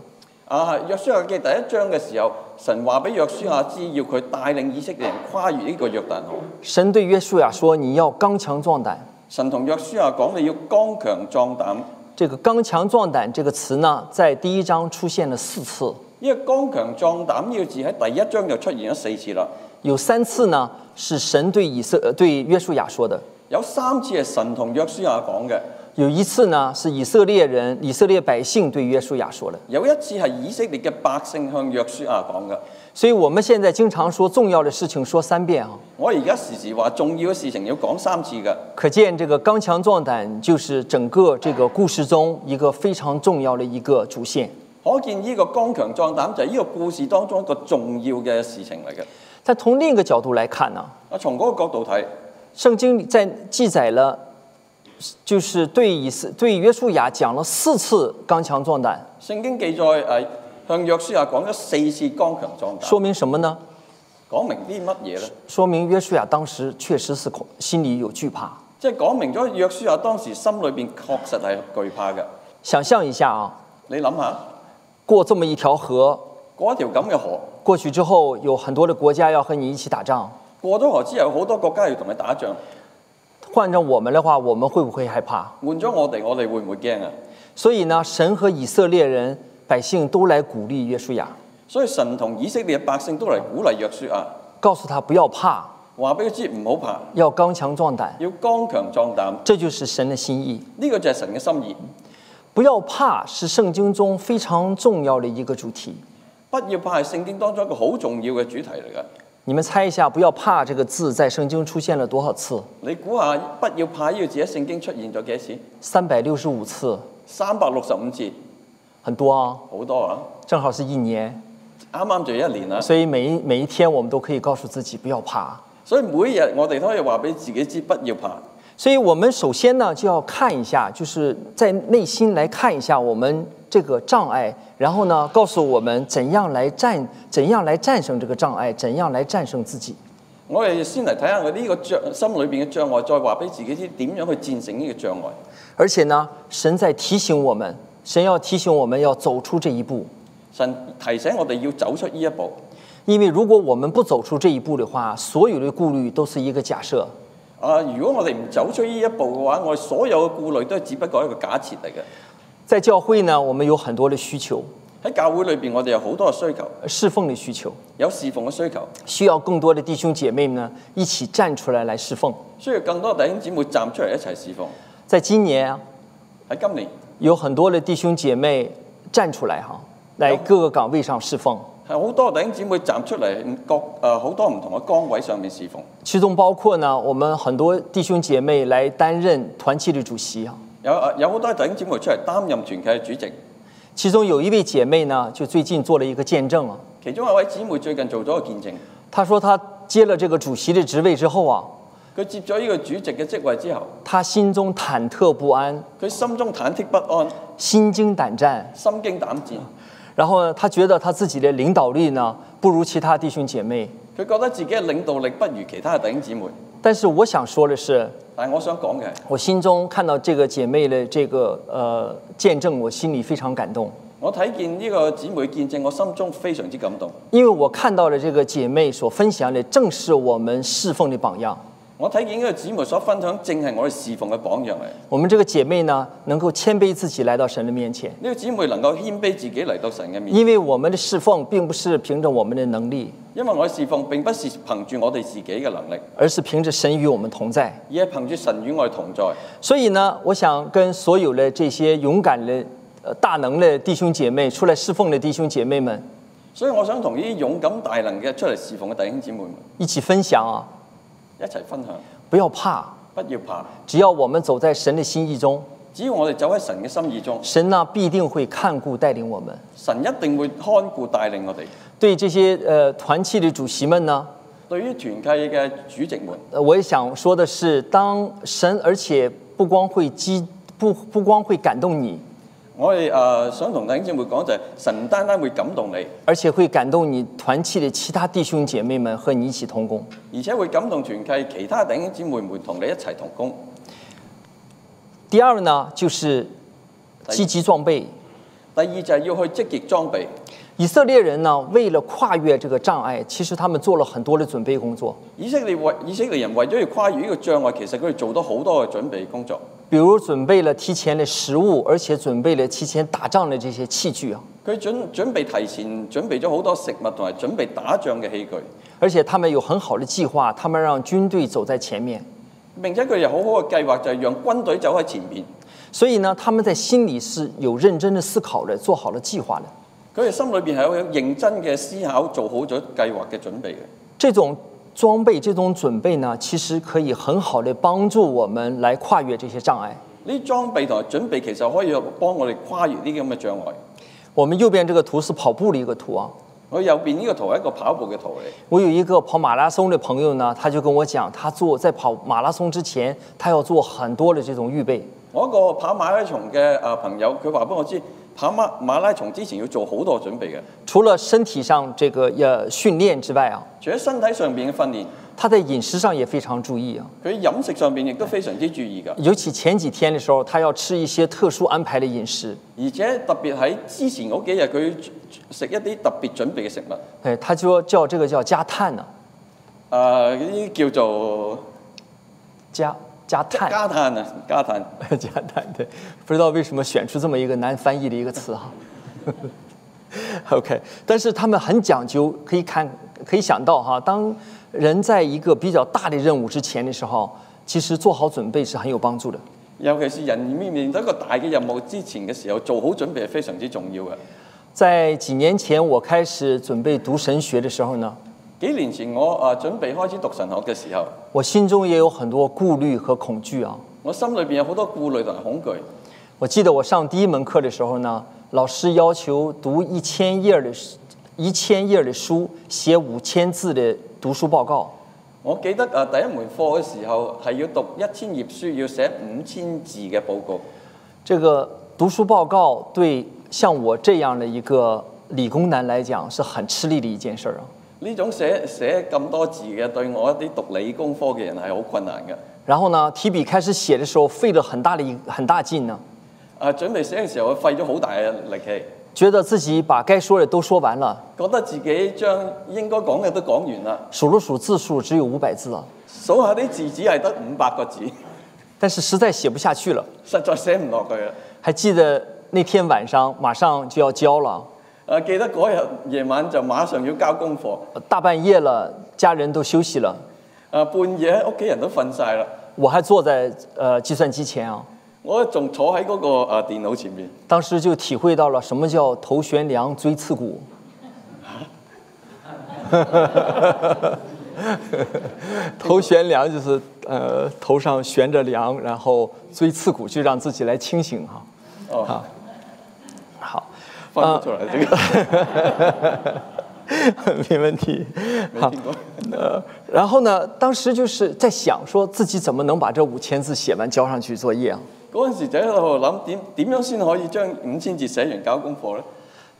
[SPEAKER 2] 啊，啊，約書亞記第一章嘅時候，神話俾約書亞知，要佢帶領以色列人跨越呢個約旦河。
[SPEAKER 1] 神对约书亚说：“你要刚强壮胆。
[SPEAKER 2] 神同約書亞講：你要剛強壯膽。”
[SPEAKER 1] 这个“刚强壮胆”这个词呢，在第一章出现了四次，
[SPEAKER 2] 呢個剛強壯膽呢個字喺第一章就出現咗四次啦，
[SPEAKER 1] 有三次呢是神对以色呃对约书亚说的，
[SPEAKER 2] 有三次係神同約書亞講嘅，
[SPEAKER 1] 有一次呢是以色列人以色列百姓对约书亚说的。
[SPEAKER 2] 有一次係以色列嘅百姓向約書亞講嘅。
[SPEAKER 1] 所以我们现在经常说重要的事情说三遍啊，
[SPEAKER 2] 我而家時時話重要嘅事情要講三次嘅，
[SPEAKER 1] 可见这个刚强壮胆就是整个这个故事中一个非常重要的一个主线。
[SPEAKER 2] 可見呢個剛強壯膽就係呢個故事當中一個重要嘅事情嚟嘅。
[SPEAKER 1] 但从另一个角度来看呢、
[SPEAKER 2] 啊，從嗰個角度睇，
[SPEAKER 1] 圣经在记载了，就是对以色对约书亚讲了四次刚强壮胆，
[SPEAKER 2] 聖經記載誒、呃向約書亞講咗四次剛強壯膽，
[SPEAKER 1] 说明什么呢？
[SPEAKER 2] 講明啲乜嘢呢？
[SPEAKER 1] 说明约书亚当时确实是恐心里有惧怕。
[SPEAKER 2] 即係講明咗約書亞當時心裏邊確實係懼怕嘅。
[SPEAKER 1] 想象一下啊，
[SPEAKER 2] 你諗下，
[SPEAKER 1] 过这么一条河，
[SPEAKER 2] 過一條咁嘅河。
[SPEAKER 1] 过去之后有很多的国家要和你一起打仗，
[SPEAKER 2] 過咗河之後，好多國家要同佢打仗。
[SPEAKER 1] 换成我们的话，我们会不会害怕？
[SPEAKER 2] 換咗我哋，我哋會唔會驚啊？
[SPEAKER 1] 所以呢，神和以色列人百姓都来鼓励约书亚，
[SPEAKER 2] 所以神同以色列嘅百姓都嚟鼓勵約書亞，
[SPEAKER 1] 告诉他不要怕，
[SPEAKER 2] 話俾佢知唔好怕，
[SPEAKER 1] 要刚强壮胆。
[SPEAKER 2] 要剛強壯膽。
[SPEAKER 1] 这就是神的心意。
[SPEAKER 2] 呢、個就係神嘅心意。
[SPEAKER 1] 不要怕是圣经中非常重要的一个主题。
[SPEAKER 2] 不要怕係聖經當中一個好重要嘅主題嚟㗎。
[SPEAKER 1] 你们猜一下，“不要怕”这个字在圣经出现了多少次？
[SPEAKER 2] 你估下不要怕呢個字喺聖經出現咗幾多次？
[SPEAKER 1] 三百六十五次，
[SPEAKER 2] 三百六十五字，
[SPEAKER 1] 很多啊，
[SPEAKER 2] 好多啊！
[SPEAKER 1] 正好是一年。
[SPEAKER 2] 啱啱就一年啊啦，
[SPEAKER 1] 所以每一每一天，我们都可以告诉自己不要怕。
[SPEAKER 2] 所以每日我哋都可以話俾自己知不要怕。
[SPEAKER 1] 所以我们首先呢，就要看一下，就是在内心来看一下我们这个障碍，然后呢，告诉我们怎样来战，怎样来战胜这个障碍，怎样来战胜自己。
[SPEAKER 2] 我哋先嚟睇下佢呢個障心裏邊嘅障礙，再話俾自己知點樣去戰勝呢個障礙。
[SPEAKER 1] 而且呢，神在提醒我们，神要提醒我们要走出这一步，
[SPEAKER 2] 神提醒我哋要走出呢一步，
[SPEAKER 1] 因为如果我们不走出这一步的话，所有的顾虑都是一个假设。
[SPEAKER 2] 啊！如果我哋唔走出呢一步嘅話，我哋所有嘅顧慮都係只不過係一個假設嚟嘅。
[SPEAKER 1] 在教会呢，我们有很多的需求，
[SPEAKER 2] 喺教會裏邊，我哋有好多嘅需求，
[SPEAKER 1] 侍奉的需求，
[SPEAKER 2] 有侍奉嘅需求，
[SPEAKER 1] 需要更多的弟兄姐妹呢一起站出来来侍奉。
[SPEAKER 2] 需要更多弟兄姊妹站出嚟一齊侍奉。
[SPEAKER 1] 在今年啊，
[SPEAKER 2] 喺今年
[SPEAKER 1] 有很多的弟兄姐妹站出来哈、来各个岗位上侍奉，
[SPEAKER 2] 係好多弟兄姊妹站出嚟，各誒好多唔同嘅崗位上面侍奉。
[SPEAKER 1] 其中包括呢，我们很多弟兄姐妹来担任团契的主席啊。
[SPEAKER 2] 有啊有好多弟兄姊妹出嚟擔任團契嘅主席，
[SPEAKER 1] 其中有一位姐妹呢，就最近做了一个见证啊，
[SPEAKER 2] 其中一位姊妹最近做咗個見證，
[SPEAKER 1] 她说她接了这个主席的职位之后啊，
[SPEAKER 2] 佢接咗呢個主席嘅職位之後，
[SPEAKER 1] 她心中忐忑不安，
[SPEAKER 2] 佢心中忐忑不安，
[SPEAKER 1] 心惊胆战，
[SPEAKER 2] 心驚膽戰。
[SPEAKER 1] 然后呢，她觉得她自己的领导力呢不如其他弟兄姐妹。
[SPEAKER 2] 佢覺得自己嘅領導力不如其他嘅弟兄姊妹，
[SPEAKER 1] 但是我想说的是，
[SPEAKER 2] 但係我想講嘅係，
[SPEAKER 1] 我心中看到这个姐妹的这个呃见证，我心里非常感动。
[SPEAKER 2] 我睇見呢個姊妹見證，我心中非常之感動。
[SPEAKER 1] 因为我看到了这个姐妹所分享的，正是我们侍奉的榜样。
[SPEAKER 2] 我睇見呢個姊妹所分享，正係我哋侍奉嘅榜樣嚟。呢、
[SPEAKER 1] 我们这个姐妹呢，能够谦卑自己来到神的面前，
[SPEAKER 2] 個姊妹能夠謙卑自己嚟到神嘅面前，
[SPEAKER 1] 因为我们的侍奉并不是凭着我们的能力，
[SPEAKER 2] 因為我哋侍奉並不是憑住我哋自己嘅能力，
[SPEAKER 1] 而是憑着神与我们同在。
[SPEAKER 2] 而係憑住神與我哋同在。
[SPEAKER 1] 所以呢，我想跟所有的这些勇敢的、呃大能的弟兄姐妹，出来侍奉的弟兄姐妹们，
[SPEAKER 2] 所以我想同呢啲勇敢大能嘅出嚟侍奉嘅弟兄姊妹們
[SPEAKER 1] 一起分享啊！
[SPEAKER 2] 一齊分享，
[SPEAKER 1] 不要怕，
[SPEAKER 2] 不要怕，
[SPEAKER 1] 只要我们走在神的心意中，
[SPEAKER 2] 只要我哋走喺神嘅心意中，
[SPEAKER 1] 神呢必定会看顾带领我们。
[SPEAKER 2] 神一定會看顧帶領我哋。
[SPEAKER 1] 对这些呃团契的主席们呢，
[SPEAKER 2] 對於團契嘅主席們。
[SPEAKER 1] 呃，我也想说的是，当神而且不光会激，不不光会感动你，
[SPEAKER 2] 我哋誒、呃想同弟兄姊妹講就係、神唔單單會感動你，
[SPEAKER 1] 而且会感动你团契的其他弟兄姐妹们和你一起同工。
[SPEAKER 2] 而且會感動團契其他弟兄姊妹們同你一齊同工。
[SPEAKER 1] 第二呢，就是积极装备。
[SPEAKER 2] 第二就係要去積極裝備。
[SPEAKER 1] 以色列人呢，为了跨越这个障碍，其实他们做了很多的准备工作，
[SPEAKER 2] 以色列為以色列人為咗要跨越呢個障礙，其實佢哋做咗好多嘅準備工作。
[SPEAKER 1] 比如准备了提前的食物，而且准备了提前打仗的这些器具啊，
[SPEAKER 2] 佢準準備提前準備咗好多食物同埋準備打仗嘅器具，
[SPEAKER 1] 而且他们有很好的计划，他们让军队走在前面。
[SPEAKER 2] 並且佢哋有好好嘅計劃，就係讓軍隊走喺前面。
[SPEAKER 1] 所以呢，他们在心里是有认真的思考的，做好了计划的。
[SPEAKER 2] 佢哋心裏邊係有認真嘅思考，做好咗計劃嘅準備嘅。
[SPEAKER 1] 这种装备、这种准备呢，其实可以很好的帮助我們来跨越这些障碍。
[SPEAKER 2] 呢啲裝備同埋準備其實可以幫我哋跨越呢啲咁嘅障礙。
[SPEAKER 1] 我们右边这个圖是跑步的一个圖啊。
[SPEAKER 2] 我右邊呢個圖係一個跑步嘅圖嚟。
[SPEAKER 1] 我有一个跑马拉松的朋友呢，他就跟我讲，他做在跑马拉松之前，他要做很多的这种预备。
[SPEAKER 2] 我一個跑馬拉松嘅啊朋友，佢話俾我知，跑馬馬拉松之前要做好多準備嘅，
[SPEAKER 1] 除了身体上这个呃训练之外啊，
[SPEAKER 2] 除咗身體上邊嘅訓練，
[SPEAKER 1] 他在饮食上也非常注意啊。
[SPEAKER 2] 佢飲食上邊亦都非常之注意㗎。
[SPEAKER 1] 尤其前几天的时候，他要吃一些特殊安排的饮食，
[SPEAKER 2] 而且特別喺之前嗰幾日，佢食一啲特別準備嘅食物，
[SPEAKER 1] 哎，他就说叫这个叫加碳呢、
[SPEAKER 2] 啊呢啲叫做
[SPEAKER 1] 加加碳。
[SPEAKER 2] 加碳啊，加碳。
[SPEAKER 1] 加蛋对，不知道为什么选出这么一个难翻译的一个词哈。OK，但是他们很讲究，可以看可以想到哈，当人在一个比较大的任务之前的时候，其实做好准备是很有帮助的。
[SPEAKER 2] 尤其是人面面對一個大嘅任務之前嘅時候，做好準備係非常之重要嘅。
[SPEAKER 1] 在几年前我开始准备读神学的时候呢，
[SPEAKER 2] 幾年前我啊準備開始讀神學嘅時候，
[SPEAKER 1] 我心中也有很多顾虑和恐惧啊。
[SPEAKER 2] 我心裏邊有好多顧慮同埋恐懼。
[SPEAKER 1] 我记得我上第一门课的时候呢，老师要求读一千页的一千页的书，写五千字的读书报告。
[SPEAKER 2] 我記得啊第一門課嘅時候係要讀一千頁書，要寫五千字嘅報告。
[SPEAKER 1] 这个读书报告对像我这样的一个理工男来讲是很吃力的一件事儿啊。
[SPEAKER 2] 呢種寫寫咁多字嘅，對我一啲讀理工科嘅人係好困難嘅。
[SPEAKER 1] 然后呢，提笔开始写的时候费了很大的一很大劲呢，
[SPEAKER 2] 啊，準備寫嘅時候，我費咗好大嘅力氣，
[SPEAKER 1] 觉得自己把该说的都說完了，
[SPEAKER 2] 覺得自己將應該講嘅都講完啦。
[SPEAKER 1] 数了数字数只有五百字啊，
[SPEAKER 2] 數下啲字只係得五百個字，
[SPEAKER 1] 但是实在写不下去了。
[SPEAKER 2] 實在寫唔落去啊啦。
[SPEAKER 1] 还记得那天晚上马上就要交了，
[SPEAKER 2] 啊，記得嗰日夜晚就馬上要交功課，
[SPEAKER 1] 大半夜了，家人都休息了，
[SPEAKER 2] 啊半夜屋企人都瞓晒啦，
[SPEAKER 1] 我还坐在呃计算机前啊，
[SPEAKER 2] 我仲坐喺嗰、個啊電腦前面，
[SPEAKER 1] 当时就体会到了什么叫头悬梁锥刺股。 头悬梁就是呃头上悬着梁，然后锥刺股就让自己来清醒哈、
[SPEAKER 2] 哦，
[SPEAKER 1] 好，
[SPEAKER 2] 翻唔出嚟，呢個
[SPEAKER 1] 没问题。
[SPEAKER 2] 未聽過。
[SPEAKER 1] 呃，然后呢，当时就是在想说自己怎么能把这五千字写完交上去作业啊？
[SPEAKER 2] 嗰陣時就喺度諗點點樣先可以將五千字寫完交功課咧？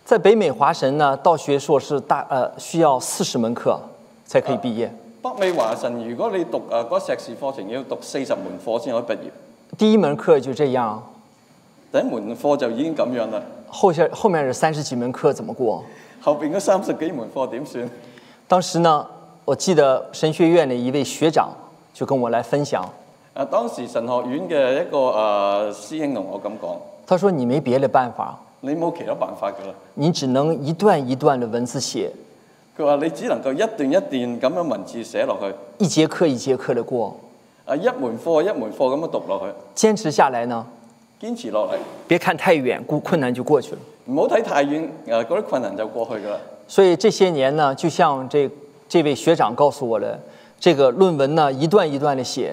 [SPEAKER 1] 在北美华神呢，道学硕士大呃需要四十門課才可以畢業。
[SPEAKER 2] 北美華神，如果你讀啊嗰碩士課程，要讀四十門課先可以畢業。
[SPEAKER 1] 第一门課就這樣，
[SPEAKER 2] 第一門課就已經咁樣啦，
[SPEAKER 1] 后下后面是三十幾門課怎么過？
[SPEAKER 2] 後邊嗰三十幾門課點算？
[SPEAKER 1] 當時呢，我記得神學院的一位學長就跟我来分享，
[SPEAKER 2] 啊，當時神學院嘅一個啊師兄同我咁講：
[SPEAKER 1] 他說：“你沒別的辦法，
[SPEAKER 2] 你冇其他辦法㗎啦。
[SPEAKER 1] 你只能一段一段的文字寫，
[SPEAKER 2] 佢話你只能夠一段一段咁樣文字寫落去，
[SPEAKER 1] 一節課一節課的過。
[SPEAKER 2] 啊一門課一門課咁樣讀落
[SPEAKER 1] 堅持下來呢，
[SPEAKER 2] 去，堅持落嚟，
[SPEAKER 1] 別看太遠，故困難就過去了。
[SPEAKER 2] 唔好睇太遠，誒嗰啲困難就過去㗎啦。
[SPEAKER 1] 所以这些年呢，就像这这位學長告訴我的，這個論文呢一段一段的寫，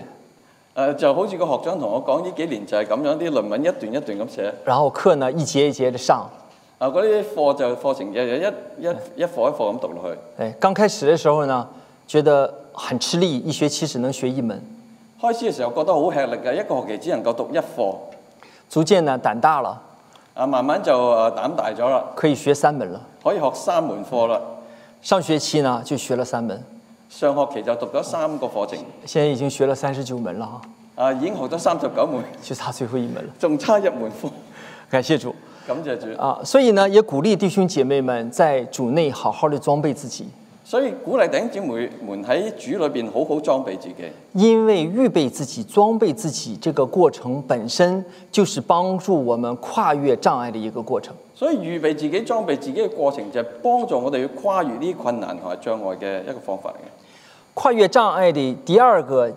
[SPEAKER 2] 誒、呃就好似個學長同我講，呢幾年就係咁樣，啲論文一段一段咁寫。
[SPEAKER 1] 然後課呢一節一節的上。
[SPEAKER 2] 啊，嗰啲課就課程就一一一課一課咁讀落去。
[SPEAKER 1] 哎，剛開始的時候呢，覺得很吃力，一學期只能學一門。
[SPEAKER 2] 開始嘅時候覺得好吃力嘅，一個學期只能夠讀一課。
[SPEAKER 1] 逐漸呢，膽大了，
[SPEAKER 2] 啊，慢慢就誒膽大咗啦，
[SPEAKER 1] 可以學三門了。
[SPEAKER 2] 可以學三門課啦。
[SPEAKER 1] 上學期呢，就學了三門，
[SPEAKER 2] 上學期就讀咗三個課程，
[SPEAKER 1] 現在已經學了三十九門了啊，
[SPEAKER 2] 啊已經學咗三十九門，
[SPEAKER 1] 就差最後一門了。
[SPEAKER 2] 仲差一門課。
[SPEAKER 1] 感謝主。
[SPEAKER 2] 感謝主。
[SPEAKER 1] 啊，所以呢，也鼓励弟兄姐妹们在主内好好的装备自己，
[SPEAKER 2] 所以鼓勵弟兄姊妹們喺主裏邊好好裝備自己，
[SPEAKER 1] 因为预备自己、装备自己这个过程本身就是帮助我们跨越障碍的一个过程。
[SPEAKER 2] 所以預備自己裝備自己嘅過程就係幫助我哋去跨越呢啲困難同埋障礙嘅一個方法嚟嘅。
[SPEAKER 1] 跨越障碍的第二个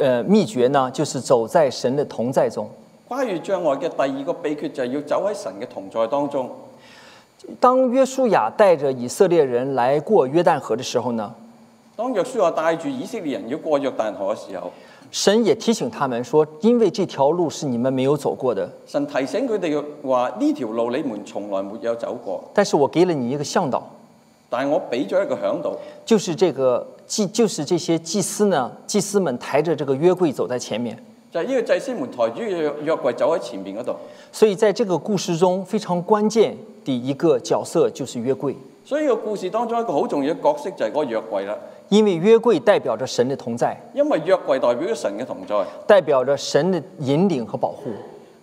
[SPEAKER 1] 呃秘诀呢，就是走在神的同在中。
[SPEAKER 2] 跨越障礙嘅第二個秘訣就係要走喺神嘅同在當中。
[SPEAKER 1] 当约书亚带着以色列人来過约旦河的时候呢，
[SPEAKER 2] 當約書亞帶住以色列人要過約旦河嘅時候，
[SPEAKER 1] 神也提醒他们说，因为这条路是你们没有走過的，
[SPEAKER 2] 神提醒佢哋話：呢條路你們從來沒有走過，
[SPEAKER 1] 但是我给了你一个向导，
[SPEAKER 2] 但係我俾咗一個響度，
[SPEAKER 1] 就是这个祭，就是这些祭司呢，祭司们抬着这个约柜走在前面。
[SPEAKER 2] 就係、呢個祭司們抬住約約櫃走喺前面嗰度。
[SPEAKER 1] 所以在这个故事中，非常关键的一个角色就是约柜，
[SPEAKER 2] 所以個故事當中一個好重要嘅角色就係嗰個約櫃啦，
[SPEAKER 1] 因為约柜代表着神的同在，
[SPEAKER 2] 因為約櫃代表咗神嘅同在，
[SPEAKER 1] 代表着神的引领和保护。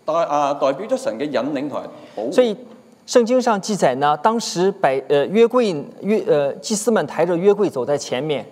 [SPEAKER 2] 代啊代表咗神嘅引領同埋保護。
[SPEAKER 1] 所以，圣经上记载呢，当时百呃约柜约呃祭司们抬着约柜走在前面，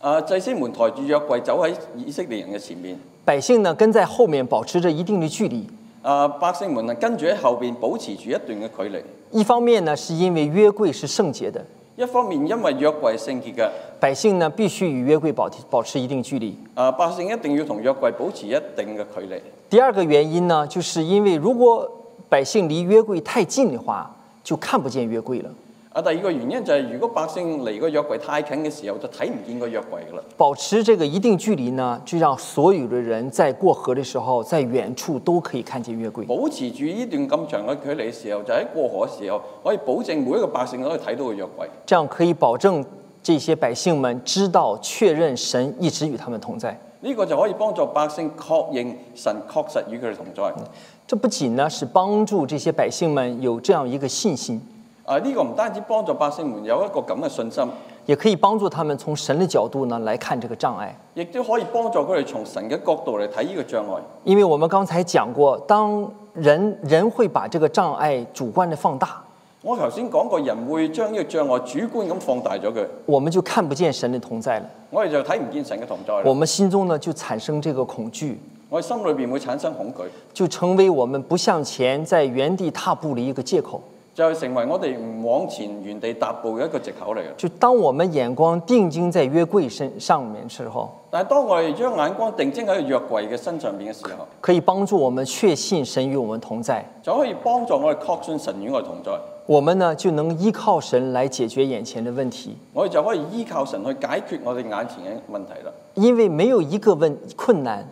[SPEAKER 2] 啊，祭司們抬住約櫃走喺以色列人嘅前面，
[SPEAKER 1] 百姓呢跟在后面，保持着一定的距離。
[SPEAKER 2] 啊，百姓們啊跟住喺後邊保持住一段嘅距離。
[SPEAKER 1] 一方面呢，是因为约柜是聖洁的，
[SPEAKER 2] 一方面因為約櫃係聖潔嘅，
[SPEAKER 1] 百姓呢必须与约柜保保持一定距離。
[SPEAKER 2] 啊，百姓一定要同約櫃保持一定嘅距離。
[SPEAKER 1] 第二个原因呢，就是因为如果百姓离约柜太近的话，就看不见约柜了。
[SPEAKER 2] 啊，第二個原因就係如果百姓離個約櫃太近嘅時候，就睇唔見個約櫃噶啦。
[SPEAKER 1] 保持这个一定距离呢，就让所有的人在過河的时候，在远处都可以看见约柜。
[SPEAKER 2] 保持住呢段咁長嘅距離嘅時候，就喺過河嘅時候，可以保證每一個百姓都可以睇到個約櫃。
[SPEAKER 1] 这样可以保证这些百姓们知道、确认神一直与他们同在。
[SPEAKER 2] 呢、個就可以幫助百姓確認神確實與佢哋同在。
[SPEAKER 1] 这不仅呢是帮助这些百姓们有這樣一個信心，
[SPEAKER 2] 啊，呢、個唔單止幫助百姓們有一個咁嘅信心，
[SPEAKER 1] 也可以帮助他们從神的角度呢来看這個障礙。
[SPEAKER 2] 亦都可以幫助佢哋從神嘅角度嚟睇呢個障礙。
[SPEAKER 1] 因為我們剛才講過，當人人會把這個障礙主觀的放大，
[SPEAKER 2] 我頭先講過，人會將呢個障礙主觀咁放大咗佢，
[SPEAKER 1] 我們就看不見神的同在了，
[SPEAKER 2] 我哋就睇唔見神嘅同在
[SPEAKER 1] 我
[SPEAKER 2] 啦。
[SPEAKER 1] 們心中呢就產生這個恐懼，
[SPEAKER 2] 我哋心裏邊會產生恐懼，
[SPEAKER 1] 就成為我們不向前在原地踏步的一個借口。
[SPEAKER 2] 就係成為我哋唔往前原地踏步嘅一個藉口嚟嘅。
[SPEAKER 1] 就當我們眼光定睛在約櫃身上面的時候，
[SPEAKER 2] 但係當我哋將眼光定睛喺個約櫃嘅身上邊嘅時候，
[SPEAKER 1] 可以幫助我們確信神與我們同在，
[SPEAKER 2] 就可以幫助我哋確信神與我哋同在。
[SPEAKER 1] 我們呢就能依靠神來解決眼前的問題，
[SPEAKER 2] 我哋就可以依靠神去解決我哋眼前嘅問題啦。
[SPEAKER 1] 因為沒有一個問困難，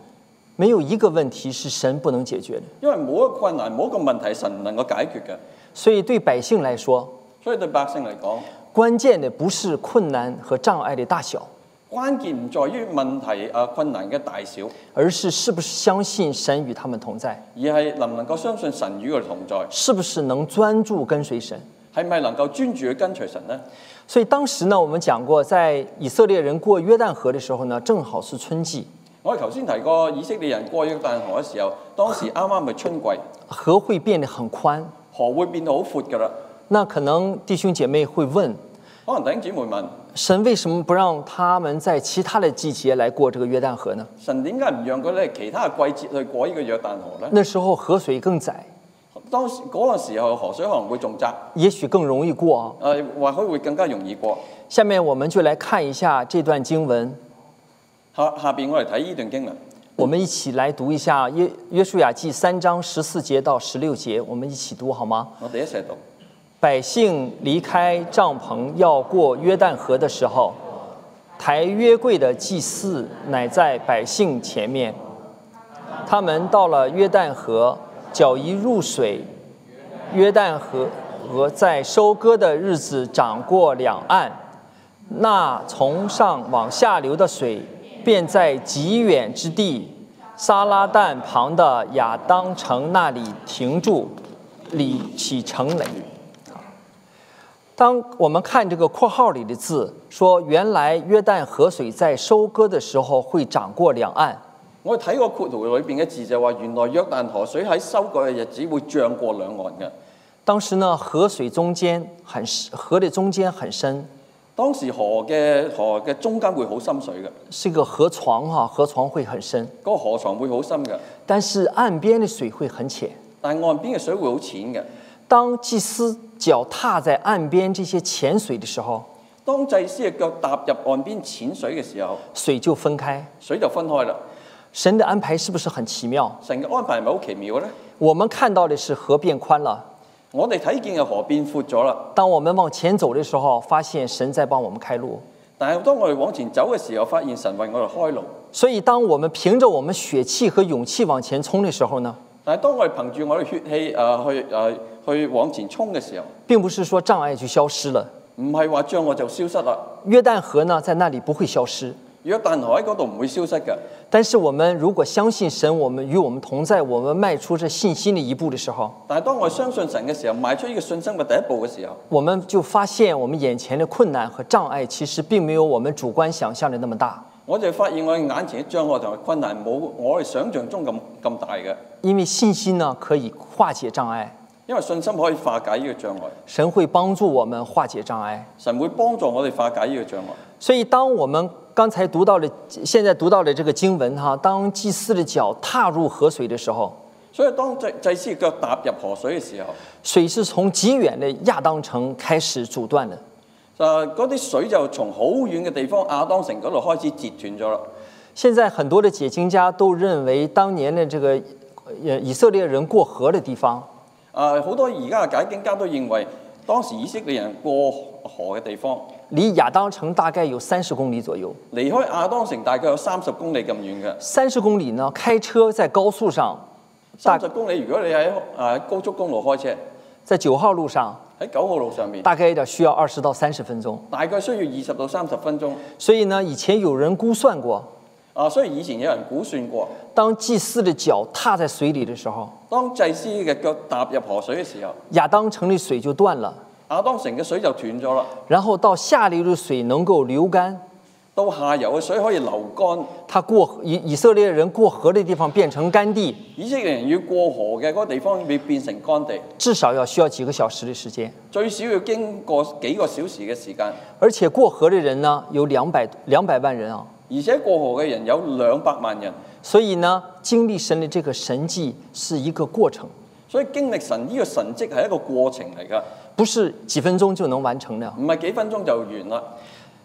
[SPEAKER 1] 沒有一個問題是神不能解決的。
[SPEAKER 2] 因為冇一個困難，冇一個問題，神唔能夠解決嘅。
[SPEAKER 1] 所以對百姓來說，
[SPEAKER 2] 所以對百姓嚟講，
[SPEAKER 1] 關鍵的不是困難和障礙的大小，
[SPEAKER 2] 關鍵唔在於問題啊困難嘅大小，
[SPEAKER 1] 而是是不是相信神與他們同在，
[SPEAKER 2] 而係能唔能夠相信神與佢同在，
[SPEAKER 1] 是不是能專注跟隨神。
[SPEAKER 2] 係咪能夠專注去跟隨神呢？
[SPEAKER 1] 所以當時呢，我們講過，在以色列人過約旦河的時候呢，正好是春季，
[SPEAKER 2] 我哋頭先提過以色列人過約旦河嘅時候，當時啱啱係春季，
[SPEAKER 1] 河會變得很寬。
[SPEAKER 2] 河會變到好闊㗎啦。
[SPEAKER 1] 那可能弟兄姐妹會問，
[SPEAKER 2] 可能弟兄姊妹問：
[SPEAKER 1] 神為什麼不讓他們在其他的季節來過這個約旦河呢？
[SPEAKER 2] 神點解唔讓佢哋其他嘅季節去過呢個約旦河呢？
[SPEAKER 1] 那時候河水更窄，
[SPEAKER 2] 當時嗰個時候河水可能會仲窄，誒、
[SPEAKER 1] 也許更容易過啊。
[SPEAKER 2] 或許會更加容易過。
[SPEAKER 1] 下面我們就來看一下這段經文，
[SPEAKER 2] 下下邊我哋睇呢段經文，
[SPEAKER 1] 我們一起來讀一下約约书亞記三章十四節到十六節，我們一起讀好嗎？
[SPEAKER 2] 我哋一齊讀。
[SPEAKER 1] 百姓离开帐篷要过约旦河的时候，抬约柜的祭司乃在百姓前面。他们到了约旦河，脚一入水，约旦河河在收割的日子涨过两岸，那从上往下流的水便在极远之地撒拉旦旁的亚当城那里停住，立起城垒。当我们看这个括号里的字，说原来约旦河水在收割的时候会涨过两岸，
[SPEAKER 2] 我哋睇個括圖裏邊嘅字就話，原來約旦河水喺收割嘅日子會漲過兩岸嘅。
[SPEAKER 1] 当时呢，河水中间很深，河的中间很深，
[SPEAKER 2] 當時河嘅河嘅中間會好深水嘅，
[SPEAKER 1] 是一个河床哈、河床会很深，
[SPEAKER 2] 嗰、個河床會好深嘅，
[SPEAKER 1] 但是岸边的水会很浅。
[SPEAKER 2] 但岸邊嘅水會好淺嘅。
[SPEAKER 1] 当祭司脚踏在岸边这些浅水的时候，
[SPEAKER 2] 當祭司嘅腳踏入岸邊淺水嘅時候，
[SPEAKER 1] 水就分开。
[SPEAKER 2] 水就分開啦。
[SPEAKER 1] 神的安排是不是很奇妙？
[SPEAKER 2] 神嘅安排係咪好奇妙嘅咧？
[SPEAKER 1] 我们看到的是河变宽了，
[SPEAKER 2] 我哋睇見嘅河變闊咗啦，
[SPEAKER 1] 当我们往前走的时候，发现神在帮我们开路。
[SPEAKER 2] 但係當我哋往前走嘅時候，發現神為我哋開路。
[SPEAKER 1] 所以，当我们凭着我们血气和勇气往前冲的时候呢，
[SPEAKER 2] 但係當我哋憑住我哋血氣誒、呃去誒、呃去往前衝嘅時候，
[SPEAKER 1] 并不是说障碍就消失了。
[SPEAKER 2] 唔係話將我就消失啦。
[SPEAKER 1] 约旦河呢，在那里不会消失。
[SPEAKER 2] 約旦河喺嗰度唔會消失嘅。
[SPEAKER 1] 但是我们如果相信神，我们与我们同在，我们迈出这信心的一步的时候，
[SPEAKER 2] 但係當我哋相信神嘅時候，邁出呢個信心嘅第一步嘅時候，
[SPEAKER 1] 我们就发现我们眼前的困难和障碍其实并没有我们主观想象的那么大，
[SPEAKER 2] 我就發現我哋眼前嘅障礙同埋困難冇我哋想象中咁咁大嘅，
[SPEAKER 1] 因为信心呢可以化解障碍，
[SPEAKER 2] 因為信心可以化解呢個障礙，
[SPEAKER 1] 神會幫助我们化解障礙。
[SPEAKER 2] 神會幫助我哋化解呢個障礙。
[SPEAKER 1] 所以，当我们刚才读到了，现在读到了这个经文哈，当祭司的脚踏入河水的时候，
[SPEAKER 2] 所以當祭祭司嘅腳踏入河水嘅時候，
[SPEAKER 1] 水是从极远的亚当城开始阻断的。
[SPEAKER 2] 就啊嗰啲水就從好遠嘅地方亞當城嗰度開始截斷咗啦。
[SPEAKER 1] 现在很多的解经家都认为，当年的这个呃以色列人过河的地方，
[SPEAKER 2] 啊，好多而家嘅解經家都認為當時以色列人過河嘅地方，
[SPEAKER 1] 离亚当城大概有三十公里左右。
[SPEAKER 2] 離開亞當城大概有三十公里咁遠嘅。
[SPEAKER 1] 三十公里呢，开车在高速上，大
[SPEAKER 2] 三十公里，如果你喺啊高速公路開車，
[SPEAKER 1] 在九号路上，
[SPEAKER 2] 喺九號路上面，
[SPEAKER 1] 大概要需要二十到三十分钟。
[SPEAKER 2] 大概需要二十到三十分鐘。
[SPEAKER 1] 所以呢，以前有人估算过，
[SPEAKER 2] 啊，所以以前有人估算過，
[SPEAKER 1] 当祭司的脚踏在水里的时候，
[SPEAKER 2] 當祭司嘅腳踏入河水嘅時候，
[SPEAKER 1] 亚当城的水就断了，
[SPEAKER 2] 亞當城嘅水就斷咗啦，
[SPEAKER 1] 然后到下流的水能够流干。
[SPEAKER 2] 到下游嘅水可以流乾。
[SPEAKER 1] 他过河以以色列人过河的地方变成干地，
[SPEAKER 2] 以色列人要過河嘅嗰個地方會變成乾地，
[SPEAKER 1] 至少要需要幾個小時的時間。
[SPEAKER 2] 最少要經過幾個小時嘅時間。
[SPEAKER 1] 而且过河的人呢，有两百两百万人啊，
[SPEAKER 2] 而且過河嘅人有兩百萬人，
[SPEAKER 1] 所以呢，经历神的这个神迹是一个过程，
[SPEAKER 2] 所以經歷神呢個神蹟係一個過程嚟㗎，
[SPEAKER 1] 不是几分鐘就能完成的。
[SPEAKER 2] 唔係幾分鐘就完啦。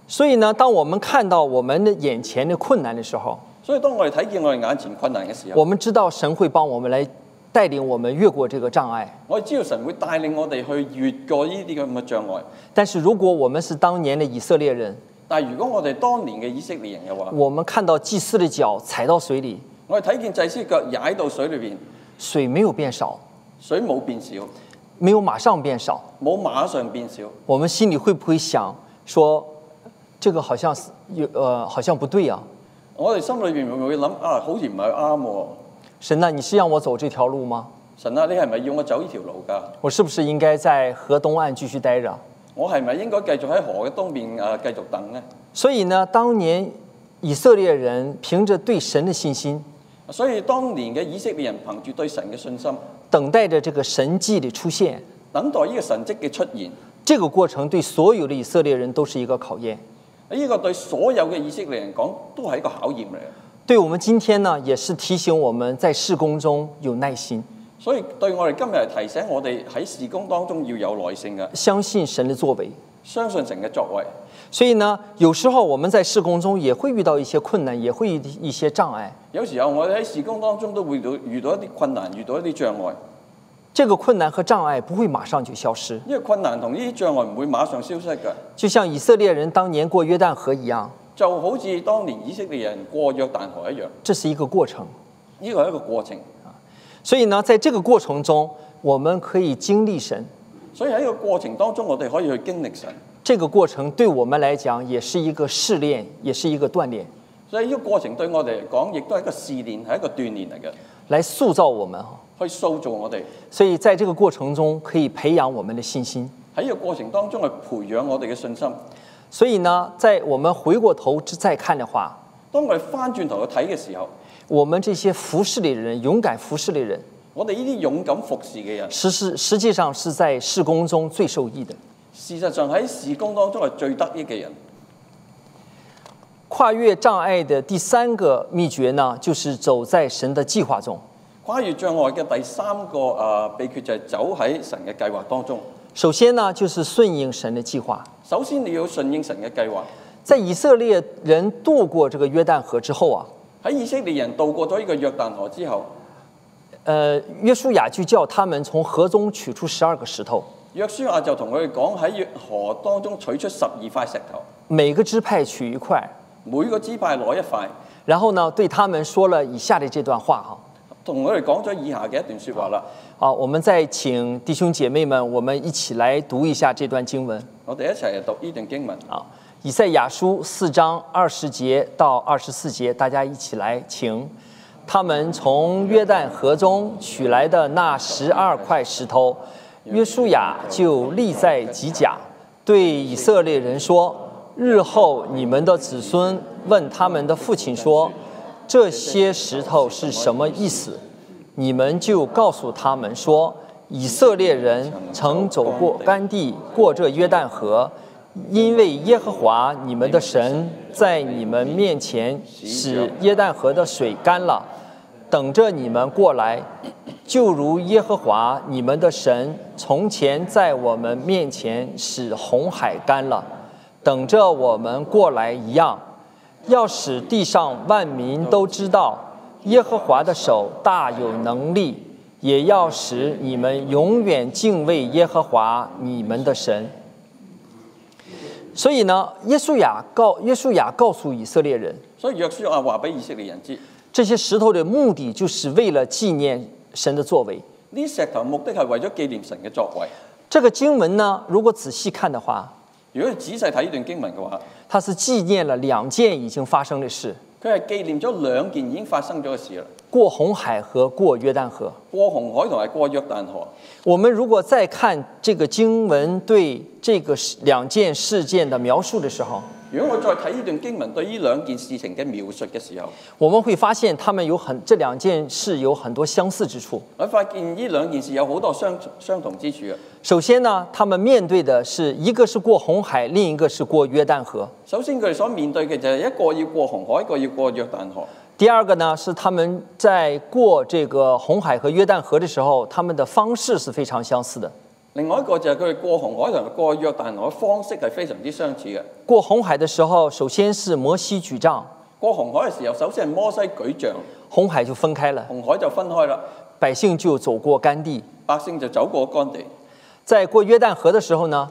[SPEAKER 1] 所以呢，当我们看到我們的眼前的困難的時候，
[SPEAKER 2] 所以當我哋睇見我哋眼前困難嘅時候，
[SPEAKER 1] 我們知道神會幫我們來帶領我們越過這個障礙。
[SPEAKER 2] 我哋知道神會帶領我哋去越過呢啲咁嘅障礙。
[SPEAKER 1] 但是如果我們是當年的以色列人，
[SPEAKER 2] 但係如果我哋當年嘅以色列人嘅話，
[SPEAKER 1] 我們看到祭司的腳踩到水里，
[SPEAKER 2] 我哋睇見祭司腳踩到水裏邊，
[SPEAKER 1] 水沒有變少，
[SPEAKER 2] 水冇變少，
[SPEAKER 1] 沒有馬上變少，
[SPEAKER 2] 冇馬上變少。
[SPEAKER 1] 我們心里會不會想说，这個好像是有呃好像不對啊？
[SPEAKER 2] 我哋心裏邊會唔會諗啊？好似唔係啱喎。
[SPEAKER 1] 神呐、你是讓我走這條路嗎？
[SPEAKER 2] 神啊，你係咪要我走呢條路㗎？
[SPEAKER 1] 我是不是應該在河東岸繼續待着？
[SPEAKER 2] 我係咪應該繼續喺河嘅東邊啊繼續等呢？
[SPEAKER 1] 所以呢，當年以色列人憑着對神的信心，
[SPEAKER 2] 所以當年嘅以色列人憑住對神嘅信心，
[SPEAKER 1] 等待着这個神迹的出現。
[SPEAKER 2] 等待呢個神蹟嘅出現。
[SPEAKER 1] 這個過程對所有的以色列人都是一個考驗，
[SPEAKER 2] 呢個對所有嘅以色列人講都係一個考驗嚟嘅，
[SPEAKER 1] 對我們今天呢，也是提醒我們在事工中有耐心，
[SPEAKER 2] 所以對我哋今日係提醒我哋喺事工當中要有耐性嘅，
[SPEAKER 1] 相信神的作為。
[SPEAKER 2] 相信神嘅作為。
[SPEAKER 1] 所以呢，有時候我們在事工中也會遇到一些困難，也會遇一些障礙。
[SPEAKER 2] 有時候我哋喺事工當中都會到遇到一啲困難，遇到一啲障礙。
[SPEAKER 1] 這個困難和障礙不會馬上就消失，
[SPEAKER 2] 呢個困難同呢啲障礙唔會馬上消失嘅，
[SPEAKER 1] 就像以色列人當年過約旦河一樣，
[SPEAKER 2] 就好似當年以色列人過約旦河一樣。
[SPEAKER 1] 這是一個過程。
[SPEAKER 2] 呢個係一個過程，
[SPEAKER 1] 所以呢，在這個過程中，我們可以經歷神。
[SPEAKER 2] 所以喺呢個過程當中，我哋可以去經歷神。
[SPEAKER 1] 這個過程對我們來講也是一個試煉，也是一個鍛鍊，
[SPEAKER 2] 所以呢個過程對我哋嚟講，亦都係一個試煉，係一個鍛鍊嚟嘅，
[SPEAKER 1] 來塑造我們哈。
[SPEAKER 2] 去塑造我哋。
[SPEAKER 1] 所以在這個過程中，可以培養我們的信心。
[SPEAKER 2] 喺呢個過程當中去培養我哋嘅信心。
[SPEAKER 1] 所以呢，在我們回過頭再看的話，
[SPEAKER 2] 當我哋翻轉頭去睇嘅時候，
[SPEAKER 1] 我們這些服侍的人，勇敢服侍的人，
[SPEAKER 2] 我哋呢啲勇敢服侍嘅人，
[SPEAKER 1] 实是实际上是在事工中最受益的。
[SPEAKER 2] 事實上喺事工當中係最得益嘅人。
[SPEAKER 1] 跨越障碍的第三个秘诀呢，就是走在神的计划中。
[SPEAKER 2] 跨越障礙嘅第三個啊秘訣就係走喺神嘅計劃當中。
[SPEAKER 1] 首先呢，就是顺应神的计划。
[SPEAKER 2] 首先你要順應神嘅計劃。
[SPEAKER 1] 在以色列人渡过这个约旦河之后啊，
[SPEAKER 2] 喺以色列人渡過咗呢個約旦河之後，
[SPEAKER 1] 呃，约书亚就叫他们從河中取出十二个石头，
[SPEAKER 2] 約書亞就同佢哋講喺約河當中取出十二塊石頭，
[SPEAKER 1] 每个支派取一块，
[SPEAKER 2] 每個支派攞一塊，
[SPEAKER 1] 然后呢，对他们说了以下的这段话哈、
[SPEAKER 2] 同佢哋講咗以下嘅一段説話啦。
[SPEAKER 1] 好，我们再请弟兄姐妹们，我们一起来读一下这段经文
[SPEAKER 2] 我哋一齊讀呢段經文，
[SPEAKER 1] 啊，《以赛亚书》四章二十节到二十四节，大家一起来，请。他们从约旦河中取来的那十二块石头，约书亚就立在吉甲，对以色列人说：“日后你们的子孙问他们的父亲说，这些石头是什么意思？”你们就告诉他们说，以色列人曾走过干地，过这约旦河，因为耶和华你们的神在你们面前使耶旦河的水干了，等着你们过来，就如耶和华你们的神从前在我们面前使红海干了，等着我们过来一样。要使地上万民都知道耶和华的手大有能力，也要使你们永远敬畏耶和华你们的神。所以呢，耶稣雅告耶稣雅告诉以色列人，
[SPEAKER 2] 所以約書亞話俾以色列人知，
[SPEAKER 1] 这些石头的目的就是为了纪念神的作为。
[SPEAKER 2] 呢石頭目的係為咗紀念神嘅作為。
[SPEAKER 1] 这个经文呢，如果仔细看的話，
[SPEAKER 2] 如果你仔細睇呢段經文嘅話，
[SPEAKER 1] 它是纪念了两件已经发生的事：
[SPEAKER 2] 佢係紀念咗兩件已經發生咗嘅事啦。
[SPEAKER 1] 过红海和过约旦河。
[SPEAKER 2] 過紅海同埋過約旦河。
[SPEAKER 1] 我们如果再看这个经文对这个事两件事件的描述的时候，
[SPEAKER 2] 如果我再睇呢段經文對呢兩件事情嘅描述嘅時候，
[SPEAKER 1] 我们会发现他们有很这两件事有很多相似之处。
[SPEAKER 2] 我發現呢兩件事有好多相相同之處啊。
[SPEAKER 1] 首先呢，他们面对的是一个是过红海，另一个是过约旦河。
[SPEAKER 2] 首先佢哋所面對嘅就係一個要過紅海，一個要過約旦河。
[SPEAKER 1] 第二个呢，是他们在过这个红海和约旦河的时候，他们的方式是非常相似的。
[SPEAKER 2] 另外一個就係佢哋過紅海同埋過約旦河嘅方式係非常之相似嘅。
[SPEAKER 1] 过红海的时候，首先是摩西举杖，
[SPEAKER 2] 過紅海嘅時候，首先係摩西舉杖，
[SPEAKER 1] 红海就分开了，
[SPEAKER 2] 紅海就分開啦，
[SPEAKER 1] 百姓就走过干地。
[SPEAKER 2] 百姓就走過乾地。
[SPEAKER 1] 在過约旦河的时候呢，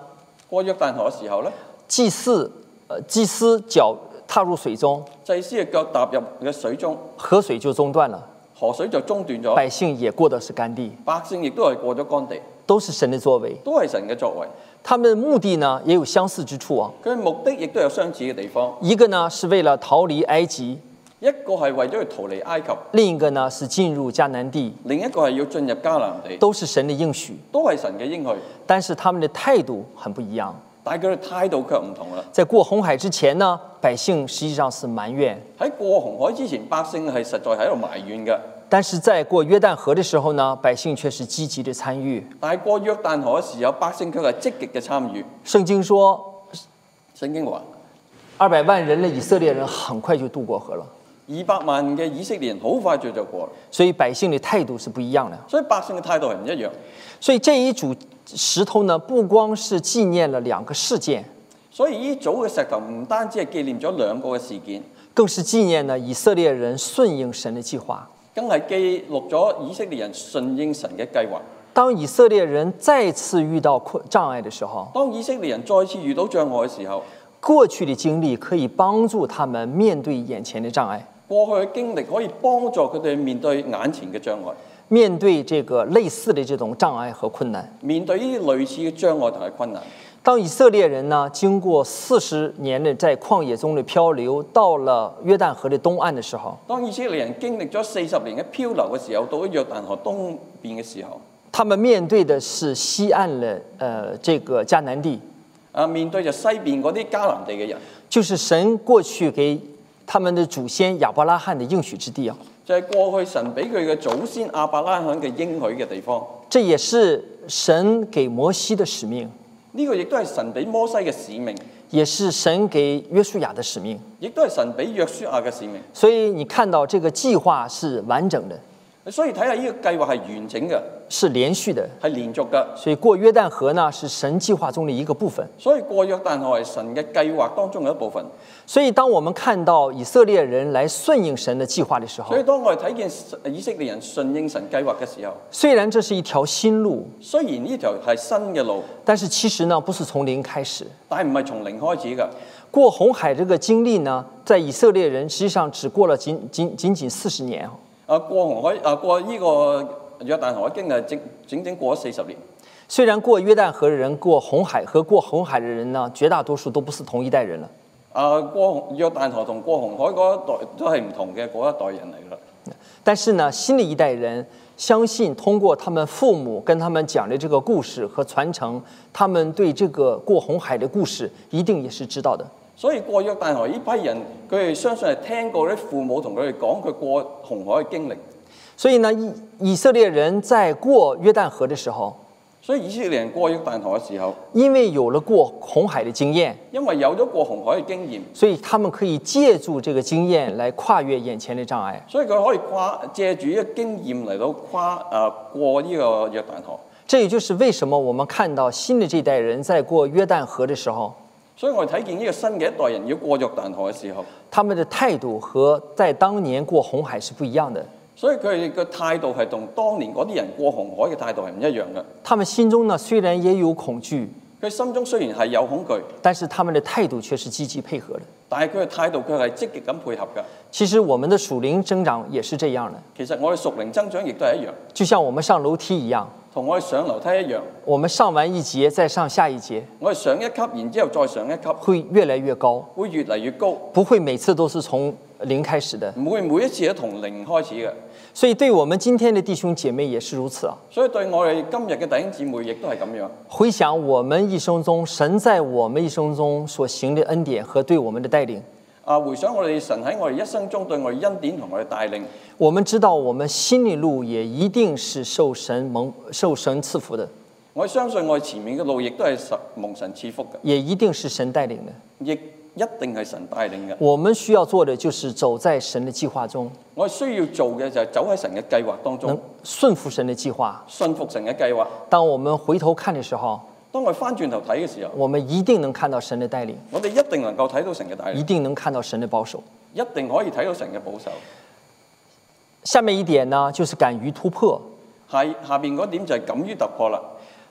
[SPEAKER 2] 過約旦河嘅時候咧，
[SPEAKER 1] 祭祀，呃，祭司脚踏入水中，
[SPEAKER 2] 祭司嘅腳踏入嘅水中，
[SPEAKER 1] 河水就中断了，
[SPEAKER 2] 河水就中斷咗，
[SPEAKER 1] 百姓也过的是干地，
[SPEAKER 2] 百姓亦都係過咗乾地，
[SPEAKER 1] 都是神的作为。
[SPEAKER 2] 都係神嘅作為。
[SPEAKER 1] 他们的目的呢也有相似之处啊，
[SPEAKER 2] 佢嘅目的亦都有相似嘅地方，
[SPEAKER 1] 一个呢是为了逃离埃及，
[SPEAKER 2] 一個係為咗去逃離埃及，
[SPEAKER 1] 另一个呢是进入迦南地，
[SPEAKER 2] 另一個係要進入迦南地，
[SPEAKER 1] 都是神的应许。
[SPEAKER 2] 都係神嘅應許。
[SPEAKER 1] 但是他们的态度很不一样。
[SPEAKER 2] 但係佢哋態度卻唔同啦。
[SPEAKER 1] 在过红海之前呢，百姓实际上是埋怨；
[SPEAKER 2] 喺過紅海之前，百姓係實在喺度埋怨嘅，
[SPEAKER 1] 但是在过约旦河的时候呢，百姓却是积极的参与。
[SPEAKER 2] 但係過約旦河嘅時候，百姓卻係積極嘅參與。
[SPEAKER 1] 圣经说，
[SPEAKER 2] 聖經話：
[SPEAKER 1] 二百万人的以色列人很快就渡过河了，
[SPEAKER 2] 二百萬嘅以色列人好快就就過啦，
[SPEAKER 1] 所以百姓的态度是不一样的。
[SPEAKER 2] 所以百姓嘅態度係唔一樣。
[SPEAKER 1] 所以这一组石头呢，不光是纪念了两个事件，
[SPEAKER 2] 所以呢組嘅石頭唔單止係紀念咗兩個嘅事件，
[SPEAKER 1] 更是纪念了以色列人顺应神的计划。
[SPEAKER 2] 更係記錄咗以色列人順應神嘅計劃。
[SPEAKER 1] 当以色列人再次遇到困障碍的时候，
[SPEAKER 2] 當以色列人再次遇到障礙嘅時候，
[SPEAKER 1] 过去的经历可以帮助他们面對眼前的障碍，
[SPEAKER 2] 過去嘅經歷可以幫助佢哋面對眼前嘅障礙，
[SPEAKER 1] 面对这个类似的这种障碍和困难。
[SPEAKER 2] 面對呢啲類似嘅障礙同埋困難。
[SPEAKER 1] 当以色列人呢，经过四十年的在旷野中的漂流，到了约旦河的东岸的时候，
[SPEAKER 2] 當以色列人經歷咗四十年嘅漂流嘅時候，到咗約旦河東邊嘅時候，
[SPEAKER 1] 他们面对的是西岸的呃这个迦南地，
[SPEAKER 2] 啊面對就西邊嗰啲迦南地嘅人，
[SPEAKER 1] 就是神过去给他们的祖先亚伯拉罕的应许之地啊。
[SPEAKER 2] 就係、過去神俾佢嘅祖先亞伯拉罕嘅應許嘅地方。
[SPEAKER 1] 这也是神给摩西的使命，
[SPEAKER 2] 呢、個亦都係神俾摩西嘅使命，
[SPEAKER 1] 也是神给约书亚的使命。
[SPEAKER 2] 亦都係神俾約書亞嘅使命。
[SPEAKER 1] 所以你看到这个计划是完整的，
[SPEAKER 2] 所以睇下呢個計劃係完整嘅，
[SPEAKER 1] 是连续的。
[SPEAKER 2] 係連續嘅。
[SPEAKER 1] 所以过约旦河呢，是神计划中的一个部分。
[SPEAKER 2] 所以過約旦河係神嘅計劃當中嘅一部分。
[SPEAKER 1] 所以当我们看到以色列人来顺应神的计划的时候
[SPEAKER 2] 所以，當我哋睇見以色列人順應神計劃嘅時候，
[SPEAKER 1] 虽然这是一条新路，
[SPEAKER 2] 雖然呢條係新嘅路，
[SPEAKER 1] 但是其实呢，不是从零开始。
[SPEAKER 2] 但係唔係從零開始㗎。
[SPEAKER 1] 过红海这个经历呢，在以色列人实际上只过了仅仅仅仅四十年，
[SPEAKER 2] 啊，過紅海啊，過呢個約旦河已經係整整整過咗四十年。
[SPEAKER 1] 虽然过约旦河的人、过红海和过红海的人呢，绝大多数都不是同一代人了。
[SPEAKER 2] 啊，過紅約旦河同過紅海嗰一代都係唔同嘅嗰一代人嚟㗎啦。
[SPEAKER 1] 但是呢，新的一代人相信，通过他们父母跟他们讲的这个故事和传承，他们对这个过红海的故事一定也是知道的。
[SPEAKER 2] 所以過約旦河呢批人，佢哋相信係聽過啲父母同佢哋講佢過紅海嘅經歷。
[SPEAKER 1] 所以呢，以以色列人在过约旦河的时候，
[SPEAKER 2] 所以以色列人過約旦河嘅時候，
[SPEAKER 1] 因為有了过红海的经验，
[SPEAKER 2] 因為有咗過紅海嘅經驗，
[SPEAKER 1] 所以他们可以借助这个经验来跨越眼前的障碍。
[SPEAKER 2] 所以佢可以跨借住呢個經驗嚟到跨啊過呢個約旦河。
[SPEAKER 1] 这也就是为什么我们看到新的这一代人在過約旦河的时候，
[SPEAKER 2] 所以我哋睇見呢個新嘅一代人要過約旦河嘅時候，
[SPEAKER 1] 他们的態度和在當年過紅海是不一樣的。
[SPEAKER 2] 所以佢哋嘅態度係同當年嗰啲人過紅海嘅態度係唔一樣嘅。
[SPEAKER 1] 他们心中呢雖然也有恐懼，
[SPEAKER 2] 佢心中雖然係有恐懼，
[SPEAKER 1] 但是他们的態度却是積極配合的。
[SPEAKER 2] 但係佢嘅態度佢係積極咁配合嘅。
[SPEAKER 1] 其實我們的屬靈增長也是這樣的，
[SPEAKER 2] 其實我哋屬靈增長亦都係一樣，
[SPEAKER 1] 就像我們上樓梯一樣，
[SPEAKER 2] 同我哋上樓梯一樣。
[SPEAKER 1] 我們上完一節再上下一節，
[SPEAKER 2] 我哋上一級，然之後再上一級，
[SPEAKER 1] 會越來越高，
[SPEAKER 2] 會越嚟越高，
[SPEAKER 1] 不會每次都是從零開始的。
[SPEAKER 2] 唔會每一次都同零開始嘅。
[SPEAKER 1] 所以對我們今天的弟兄姐妹也是如此啊。
[SPEAKER 2] 所以對我哋今日嘅弟兄姊妹亦都係咁樣。
[SPEAKER 1] 回想我们一生中，神在我们一生中所行的恩典和对我们的带领，
[SPEAKER 2] 啊，回想我哋神喺我哋一生中對我哋恩典同我哋帶領，
[SPEAKER 1] 我们知道我们心里路也一定是受神蒙受神赐福的，
[SPEAKER 2] 我相信我哋前面嘅路亦都係神蒙神賜福嘅，
[SPEAKER 1] 也一定是神帶領的。
[SPEAKER 2] 亦一定係神帶領嘅。
[SPEAKER 1] 我们需要做的就是走在神的計劃中，
[SPEAKER 2] 我哋需要做嘅就係走喺神嘅計劃當
[SPEAKER 1] 能
[SPEAKER 2] 中，
[SPEAKER 1] 順服神的計劃。
[SPEAKER 2] 信服神嘅計劃。
[SPEAKER 1] 當我們回頭看的時候，
[SPEAKER 2] 當我哋翻轉頭睇嘅時候，
[SPEAKER 1] 我們一定能看到神的帶領，
[SPEAKER 2] 我哋一定能夠睇到神嘅帶
[SPEAKER 1] 一
[SPEAKER 2] 領，
[SPEAKER 1] 定能看到神的保守。
[SPEAKER 2] 一定可以睇到神嘅保守。
[SPEAKER 1] 下面一點呢，就是敢於突破。
[SPEAKER 2] 下下邊嗰點就係敢於突破啦。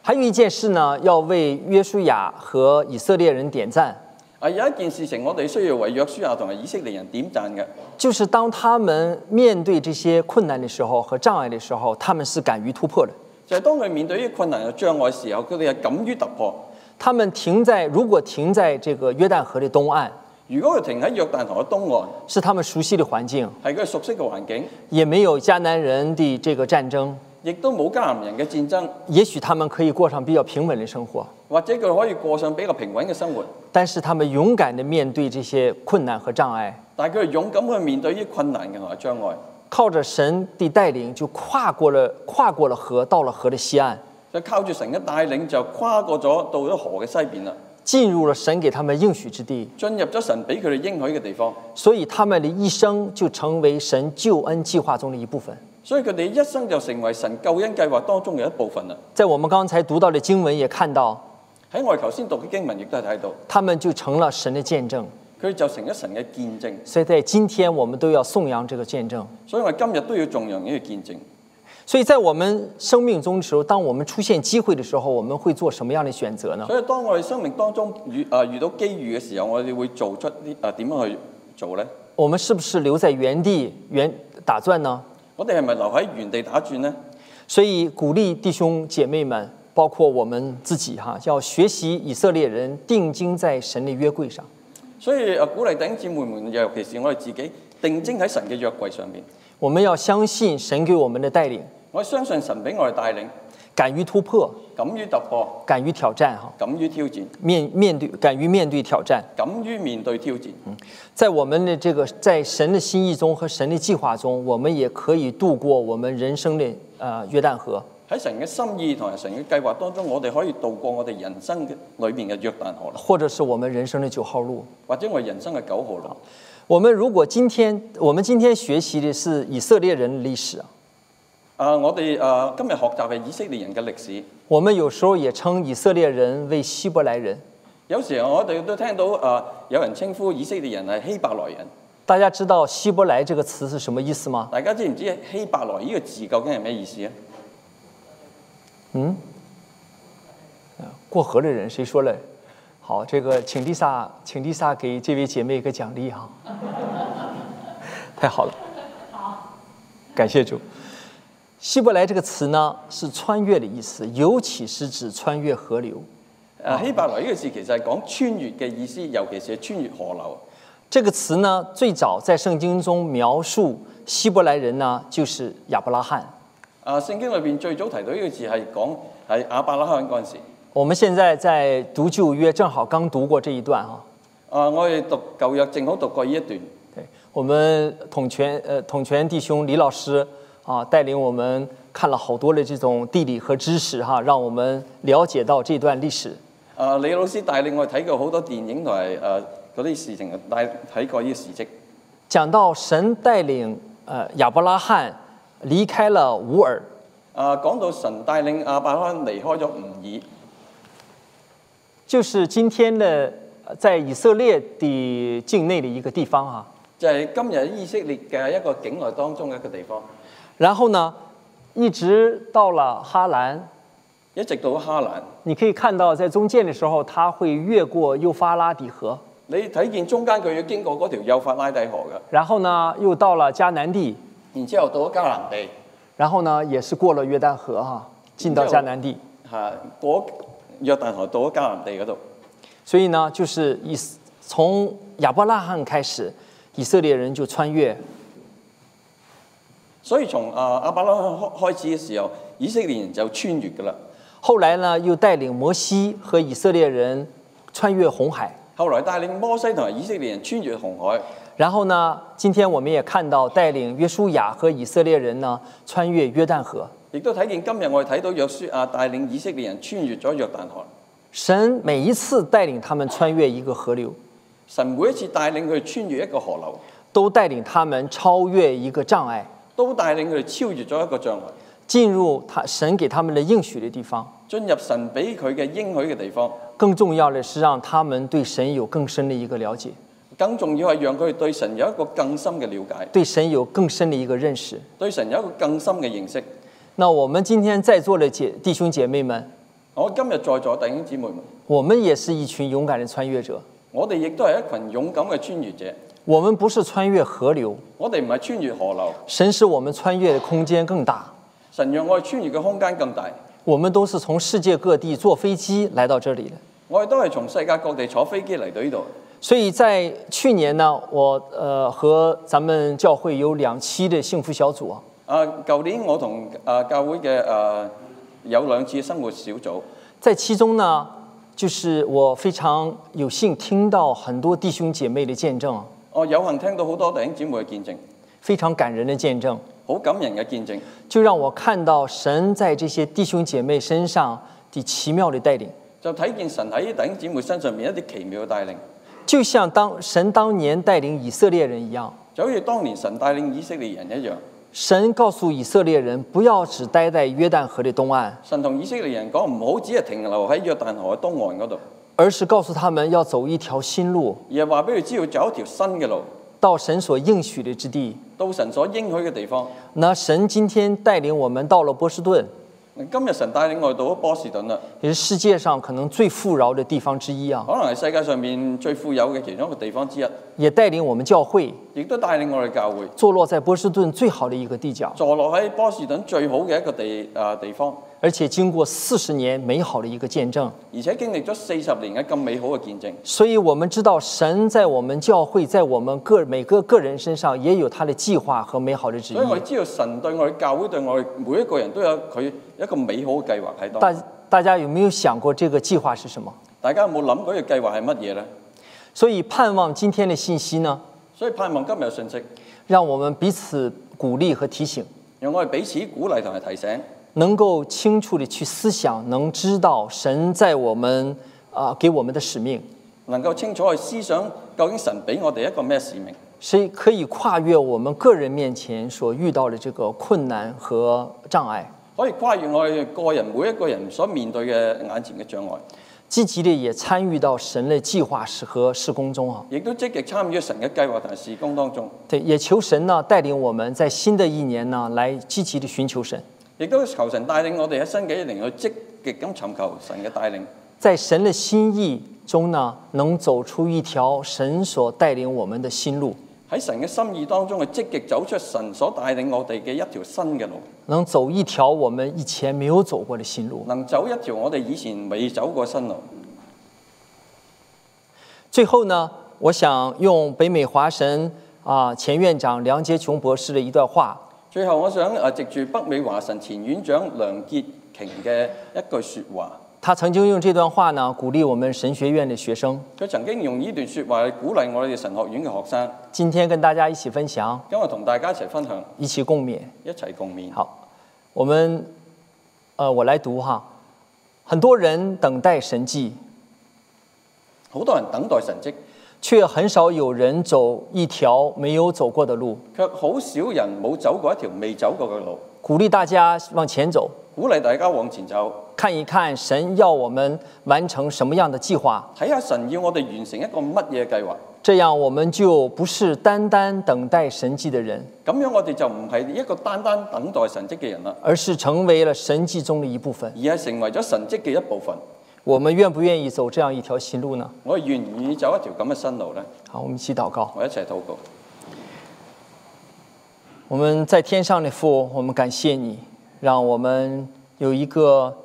[SPEAKER 1] 還有一件事呢，要为約書亞和以色列人點讚。
[SPEAKER 2] 啊，有一件事情我哋需要為約書亞同埋以色列人點讚嘅，
[SPEAKER 1] 就是当他们面对这些困难的时候和障碍的时候，他们是敢于突破的。
[SPEAKER 2] 就係、當佢面對呢啲困難嘅障礙嘅時候，佢哋係敢於突破。
[SPEAKER 1] 他们停在如果停在这个約旦河的东岸，
[SPEAKER 2] 如果佢停喺約旦河嘅東岸，
[SPEAKER 1] 是他们熟悉的环境，
[SPEAKER 2] 係佢熟悉嘅環境，
[SPEAKER 1] 也沒有迦南人的这个戰爭，
[SPEAKER 2] 亦都冇迦南人嘅戰爭，
[SPEAKER 1] 也许他们可以过上比較平穩的生活。
[SPEAKER 2] 或者佢可以過上比較平穩嘅生活。
[SPEAKER 1] 但是他们勇敢地面對這些困難和障礙，
[SPEAKER 2] 但係佢哋勇敢去面對呢啲困難嘅同埋障礙，
[SPEAKER 1] 靠着神的帶領就跨過了跨過了河，到了河的西岸，
[SPEAKER 2] 就靠住神嘅帶領就跨過咗到咗河嘅西邊啦，
[SPEAKER 1] 進入了神給他們應許之地。
[SPEAKER 2] 進入咗神俾佢哋應許嘅地方。
[SPEAKER 1] 所以他們的一生就成為神救恩計劃中的一部分。
[SPEAKER 2] 所以佢哋一生就成為神救恩計劃當中嘅一部分啦。
[SPEAKER 1] 在我们刚才读到的經文也看到，
[SPEAKER 2] 喺我哋頭先讀嘅經文亦都係睇到，
[SPEAKER 1] 他们就成了神的見證。
[SPEAKER 2] 佢就成咗神嘅見證。
[SPEAKER 1] 所以在今天，我们都要颂揚这个見證。
[SPEAKER 2] 所以我今日都要重揚呢個見證。
[SPEAKER 1] 所以在我们生命中的時候，當我們出現機會的時候，我們會做什麼樣的選擇呢？
[SPEAKER 2] 所以當我哋生命當中遇啊遇到機遇嘅時候，我哋會做出啲啊點樣去做呢？
[SPEAKER 1] 我們是不是留在原地原打轉呢？
[SPEAKER 2] 我哋係咪留喺原地打轉呢？
[SPEAKER 1] 所以鼓勵弟兄姐妹們，包括我們自己哈，要學習以色列人定睛在神的約櫃上。
[SPEAKER 2] 所以啊，鼓勵弟兄姊妹們，尤其是我哋自己，定睛喺神嘅約櫃上面。
[SPEAKER 1] 我們要相信神給我們的帶領，
[SPEAKER 2] 我相信神俾我哋帶領，
[SPEAKER 1] 敢於突破，
[SPEAKER 2] 敢於突破，
[SPEAKER 1] 敢于挑战哈，
[SPEAKER 2] 敢於挑戰，
[SPEAKER 1] 面面对敢于面对挑战，
[SPEAKER 2] 敢於面對挑戰。
[SPEAKER 1] 在我们的这个在神的心意中和神的计划中，我们也可以度过我们人生的呃约旦河。
[SPEAKER 2] 喺神嘅心意同埋神嘅計劃當中，我哋可以渡過我哋人生嘅裏面嘅約旦河啦，
[SPEAKER 1] 或者是我们人生的九号路。
[SPEAKER 2] 或者我哋人生嘅九號路。
[SPEAKER 1] 我们如果今天我们今天学习的是以色列人的历史啊，
[SPEAKER 2] 啊，我哋啊今日學習係以色列人嘅歷史，
[SPEAKER 1] 我们有时候也称以色列人为希伯来人。
[SPEAKER 2] 有時候我哋都聽到啊有人稱呼以色列人係希伯來人。
[SPEAKER 1] 大家知道希伯来这个词是什么意思吗？
[SPEAKER 2] 大家知唔知希伯來呢個字究竟係咩意思啊？
[SPEAKER 1] 过河的人，谁说了？好，这个请丽萨，请丽萨给这位姐妹一个奖励哈、太好了，感谢主。希伯来这个词呢是穿越的意思，尤其是指穿越河流。
[SPEAKER 2] 啊，希伯來呢個字其實係講穿越嘅意思，尤其是係穿越河流。
[SPEAKER 1] 这个词呢最早在圣经中描述希伯来人呢就是亚伯拉罕。
[SPEAKER 2] 啊，聖經裏邊最早提到呢個字係講係亞伯拉罕嗰陣時。
[SPEAKER 1] 我们现在在读旧约，正好刚读过这一段哈、
[SPEAKER 2] 啊，我哋讀舊約正好讀過呢一段。
[SPEAKER 1] 对，我们统全呃统全弟兄李老师啊，带领我们看了好多的这种地理和知识哈、让我们了解到这段历史。
[SPEAKER 2] 啊，李老師帶領我哋睇過好多電影同埋誒嗰啲事情，帶睇過呢個事蹟。
[SPEAKER 1] 讲到神带领呃亚伯拉罕离开了乌尔，
[SPEAKER 2] 啊，講到神帶領亞伯拉罕離開咗吾爾，
[SPEAKER 1] 就是今天的呃在以色列的境内的一个地方啊。
[SPEAKER 2] 就係、今日以色列嘅一個境內當中嘅一個地方，
[SPEAKER 1] 然后呢，一直到了哈兰，
[SPEAKER 2] 一直到哈蘭。
[SPEAKER 1] 你可以看到在中间的时候，他会越过幼发拉底河，
[SPEAKER 2] 你睇見中間佢要經過嗰條幼發拉底河嘅，
[SPEAKER 1] 然后呢又到了迦南地。
[SPEAKER 2] 然之後到咗迦南地，
[SPEAKER 1] 然后呢，也是过了约旦河哈、进到迦南地。
[SPEAKER 2] 嚇、過約旦河到咗迦南地嗰度。
[SPEAKER 1] 所以呢，就是以从亚伯拉罕开始，以色列人就穿越。
[SPEAKER 2] 所以從啊亞伯拉罕開開始嘅時候，以色列人就穿越㗎啦。
[SPEAKER 1] 后来呢，又带领摩西和以色列人穿越红海。
[SPEAKER 2] 後來帶領摩西同埋以色列人穿越紅海，
[SPEAKER 1] 然后呢，今天我们也看到带領约书亚和以色列人呢穿越约旦河。
[SPEAKER 2] 亦都睇見今日我哋睇到約書亞帶領以色列人穿越咗約旦河。
[SPEAKER 1] 神每一次带领他们穿越一个河流，
[SPEAKER 2] 神每一次帶領佢哋穿越一個河流，
[SPEAKER 1] 都带领他们超越一个障碍，
[SPEAKER 2] 都帶領佢哋超越咗一個障礙，
[SPEAKER 1] 进入他神给他们的应许的地方。
[SPEAKER 2] 進入神俾佢嘅應許嘅地方。
[SPEAKER 1] 更重要的是让他们对神有更深的一个了解，
[SPEAKER 2] 更重要係讓佢哋對神有一個更深嘅了解，
[SPEAKER 1] 对神有更深的一个認識。
[SPEAKER 2] 對神有一個更深嘅認識。
[SPEAKER 1] 那我们今天在座的姐弟兄姐妹們，
[SPEAKER 2] 我今日在座弟兄姊妹們，
[SPEAKER 1] 我們也是一群勇敢的穿越者。
[SPEAKER 2] 我哋亦都係一群勇敢嘅穿越者。
[SPEAKER 1] 我們不是穿越河流，
[SPEAKER 2] 我哋唔係穿越河流，
[SPEAKER 1] 神使我們穿越的空間更大。
[SPEAKER 2] 神讓我哋穿越嘅空間更大。
[SPEAKER 1] 我們都是從世界各地坐飛機来到這裡的。
[SPEAKER 2] 我哋都係從世界各地坐飛機嚟到呢度。
[SPEAKER 1] 所以在去年呢，我呃和咱們教會有兩期的幸福小組啊，
[SPEAKER 2] 啊，舊年我同啊教會嘅啊有兩次生活小組，
[SPEAKER 1] 在其中呢，就是我非常有幸听到很多弟兄姐妹的见证啊，
[SPEAKER 2] 我有幸聽到好多弟兄姊妹嘅見證，
[SPEAKER 1] 非常感人的见证，
[SPEAKER 2] 好感人嘅見證，
[SPEAKER 1] 就让我看到神在这些弟兄姐妹身上的奇妙的带领，
[SPEAKER 2] 就睇見神喺弟兄姊妹身上面一啲奇妙嘅帶領，
[SPEAKER 1] 就像当神当年带领以色列人一样，
[SPEAKER 2] 就好似當年神帶領以色列人一樣。
[SPEAKER 1] 神告诉以色列人不要只待在约旦河的东岸，
[SPEAKER 2] 神同以色列人講唔好只係停留喺約旦河嘅東岸嗰度，
[SPEAKER 1] 而是告诉他们要走一条新路，
[SPEAKER 2] 而係話俾佢知道走一條新嘅路，
[SPEAKER 1] 到神所应许的之地。
[SPEAKER 2] 到神所應許嘅地方。
[SPEAKER 1] 那神今天带领我们到了波士顿，
[SPEAKER 2] 今日神帶領我哋到咗波士頓啦，
[SPEAKER 1] 也是世界上可能最富饶的地方之一啊，
[SPEAKER 2] 可能係世界上面最富有嘅其中一個地方之一，
[SPEAKER 1] 也带領我们教会
[SPEAKER 2] 亦都帶領我哋教會。
[SPEAKER 1] 坐落在波士頓最好的一个地角，
[SPEAKER 2] 坐落喺波士頓最好嘅一個地啊、地方，
[SPEAKER 1] 而且经过四十年美好的一个见证，
[SPEAKER 2] 而且經歷咗四十年嘅咁美好嘅見證，
[SPEAKER 1] 所以我们知道神在我们教会，在我们个每个个人身上也有他的计划和美好的旨意
[SPEAKER 2] 所以。我哋知道神對我哋教會對我哋每一個人都有佢一個美好嘅計劃喺當
[SPEAKER 1] 大
[SPEAKER 2] 中。
[SPEAKER 1] 大家有没有想过这个计划是什么？
[SPEAKER 2] 大家有冇諗過佢計劃係乜嘢呢？
[SPEAKER 1] 所以盼望今天的信息呢，
[SPEAKER 2] 所以盼望今日嘅信息，
[SPEAKER 1] 让我们彼此鼓励和提醒，
[SPEAKER 2] 讓我哋彼此鼓勵同埋提醒，
[SPEAKER 1] 能够清楚地去思想，能知道神在我们啊、给我们的使命，
[SPEAKER 2] 能夠清楚去思想究竟神俾我哋一個咩使命，
[SPEAKER 1] 是可以跨越我们个人面前所遇到的这个困难和障碍，
[SPEAKER 2] 可以跨越我哋個人每一個人所面對嘅眼前嘅障礙，
[SPEAKER 1] 积极地也参与到神的计划是和施工中啊。
[SPEAKER 2] 亦都積極參與神嘅計劃同埋事工當中，
[SPEAKER 1] 对，也求神呢带领我们在新的一年呢来积极地寻求神，
[SPEAKER 2] 亦都求神帶領我哋喺新嘅一年去積極咁尋求神嘅帶領，
[SPEAKER 1] 在神的心意中呢能走出一条神所带领我们的新路，
[SPEAKER 2] 喺神嘅心意當中去積極走出神所帶領我哋嘅一條新嘅路，
[SPEAKER 1] 能走一条我们以前没有走过的新路。
[SPEAKER 2] 能走一條我哋以前未走過嘅新路。
[SPEAKER 1] 最后呢，我想用北美华神啊、前院长梁杰琼博士的一段话
[SPEAKER 2] 最後，我想誒藉住北美華神前院長梁潔瓊嘅一句説話，
[SPEAKER 1] 他曾经用这段话呢鼓励我们神学院的学生。
[SPEAKER 2] 佢曾經用呢段説話嚟鼓勵我哋神學院嘅學生，
[SPEAKER 1] 今天跟大家一起分享，
[SPEAKER 2] 今日同大家一齊分享，
[SPEAKER 1] 一起共勉。
[SPEAKER 2] 一齊共勉。
[SPEAKER 1] 好，我们呃，我来读哈。很多人等待神迹，
[SPEAKER 2] 好多人等待神蹟，
[SPEAKER 1] 却很少有人走一条没有走过的路。
[SPEAKER 2] 卻好少人冇走過一條未走過嘅路。
[SPEAKER 1] 鼓励大家往前走，
[SPEAKER 2] 鼓勵大家往前走，
[SPEAKER 1] 看一看神要我们完成什么样的计划，
[SPEAKER 2] 睇下神要我哋完成一個乜嘢計劃。
[SPEAKER 1] 这样我们就不是单单等待神迹的人，
[SPEAKER 2] 咁樣我哋就唔係一個單單等待神蹟嘅人啦，
[SPEAKER 1] 而是成为了神迹中的一部分。
[SPEAKER 2] 而係成為咗神蹟嘅一部分。
[SPEAKER 1] 我们愿不愿意走这样一条新路呢？
[SPEAKER 2] 我哋願唔願意走一條咁嘅新路呢？
[SPEAKER 1] 好，我们一起祷告。
[SPEAKER 2] 我一齊禱告。
[SPEAKER 1] 我们在天上的父，我们感谢你，让我们有一个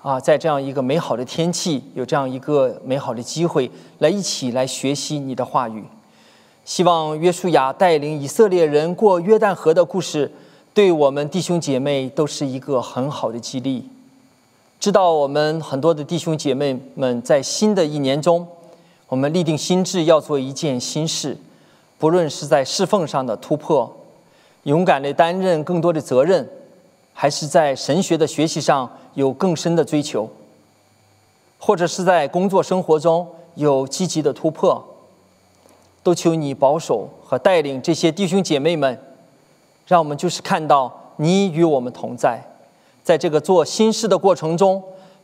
[SPEAKER 1] 啊，在这样一个美好的天气，有这样一个美好的机会，来一起来学习你的话语。希望约书亚带领以色列人过约旦河的故事，对我们弟兄姐妹都是一个很好的激励。知道我们很多的弟兄姐妹们在新的一年中，我们立定心智要做一件新事，不论是在侍奉上的突破，勇敢地担任更多的责任，还是在神学的学习上有更深的追求，或者是在工作生活中有积极的突破，都求你保守和带领这些弟兄姐妹们，让我们就是看到你与我们同在，在这个做新事的过程中，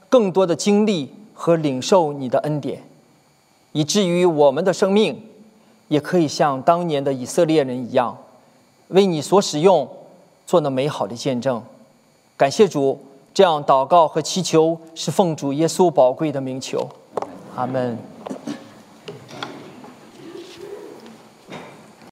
[SPEAKER 1] 更多的经历和领受你的恩典，以至于我们的生命也可以像当年的以色列人一样。为你所使用，做那美好的见证。感谢主，这样祷告和祈求是奉主耶稣宝贵的名求，阿门。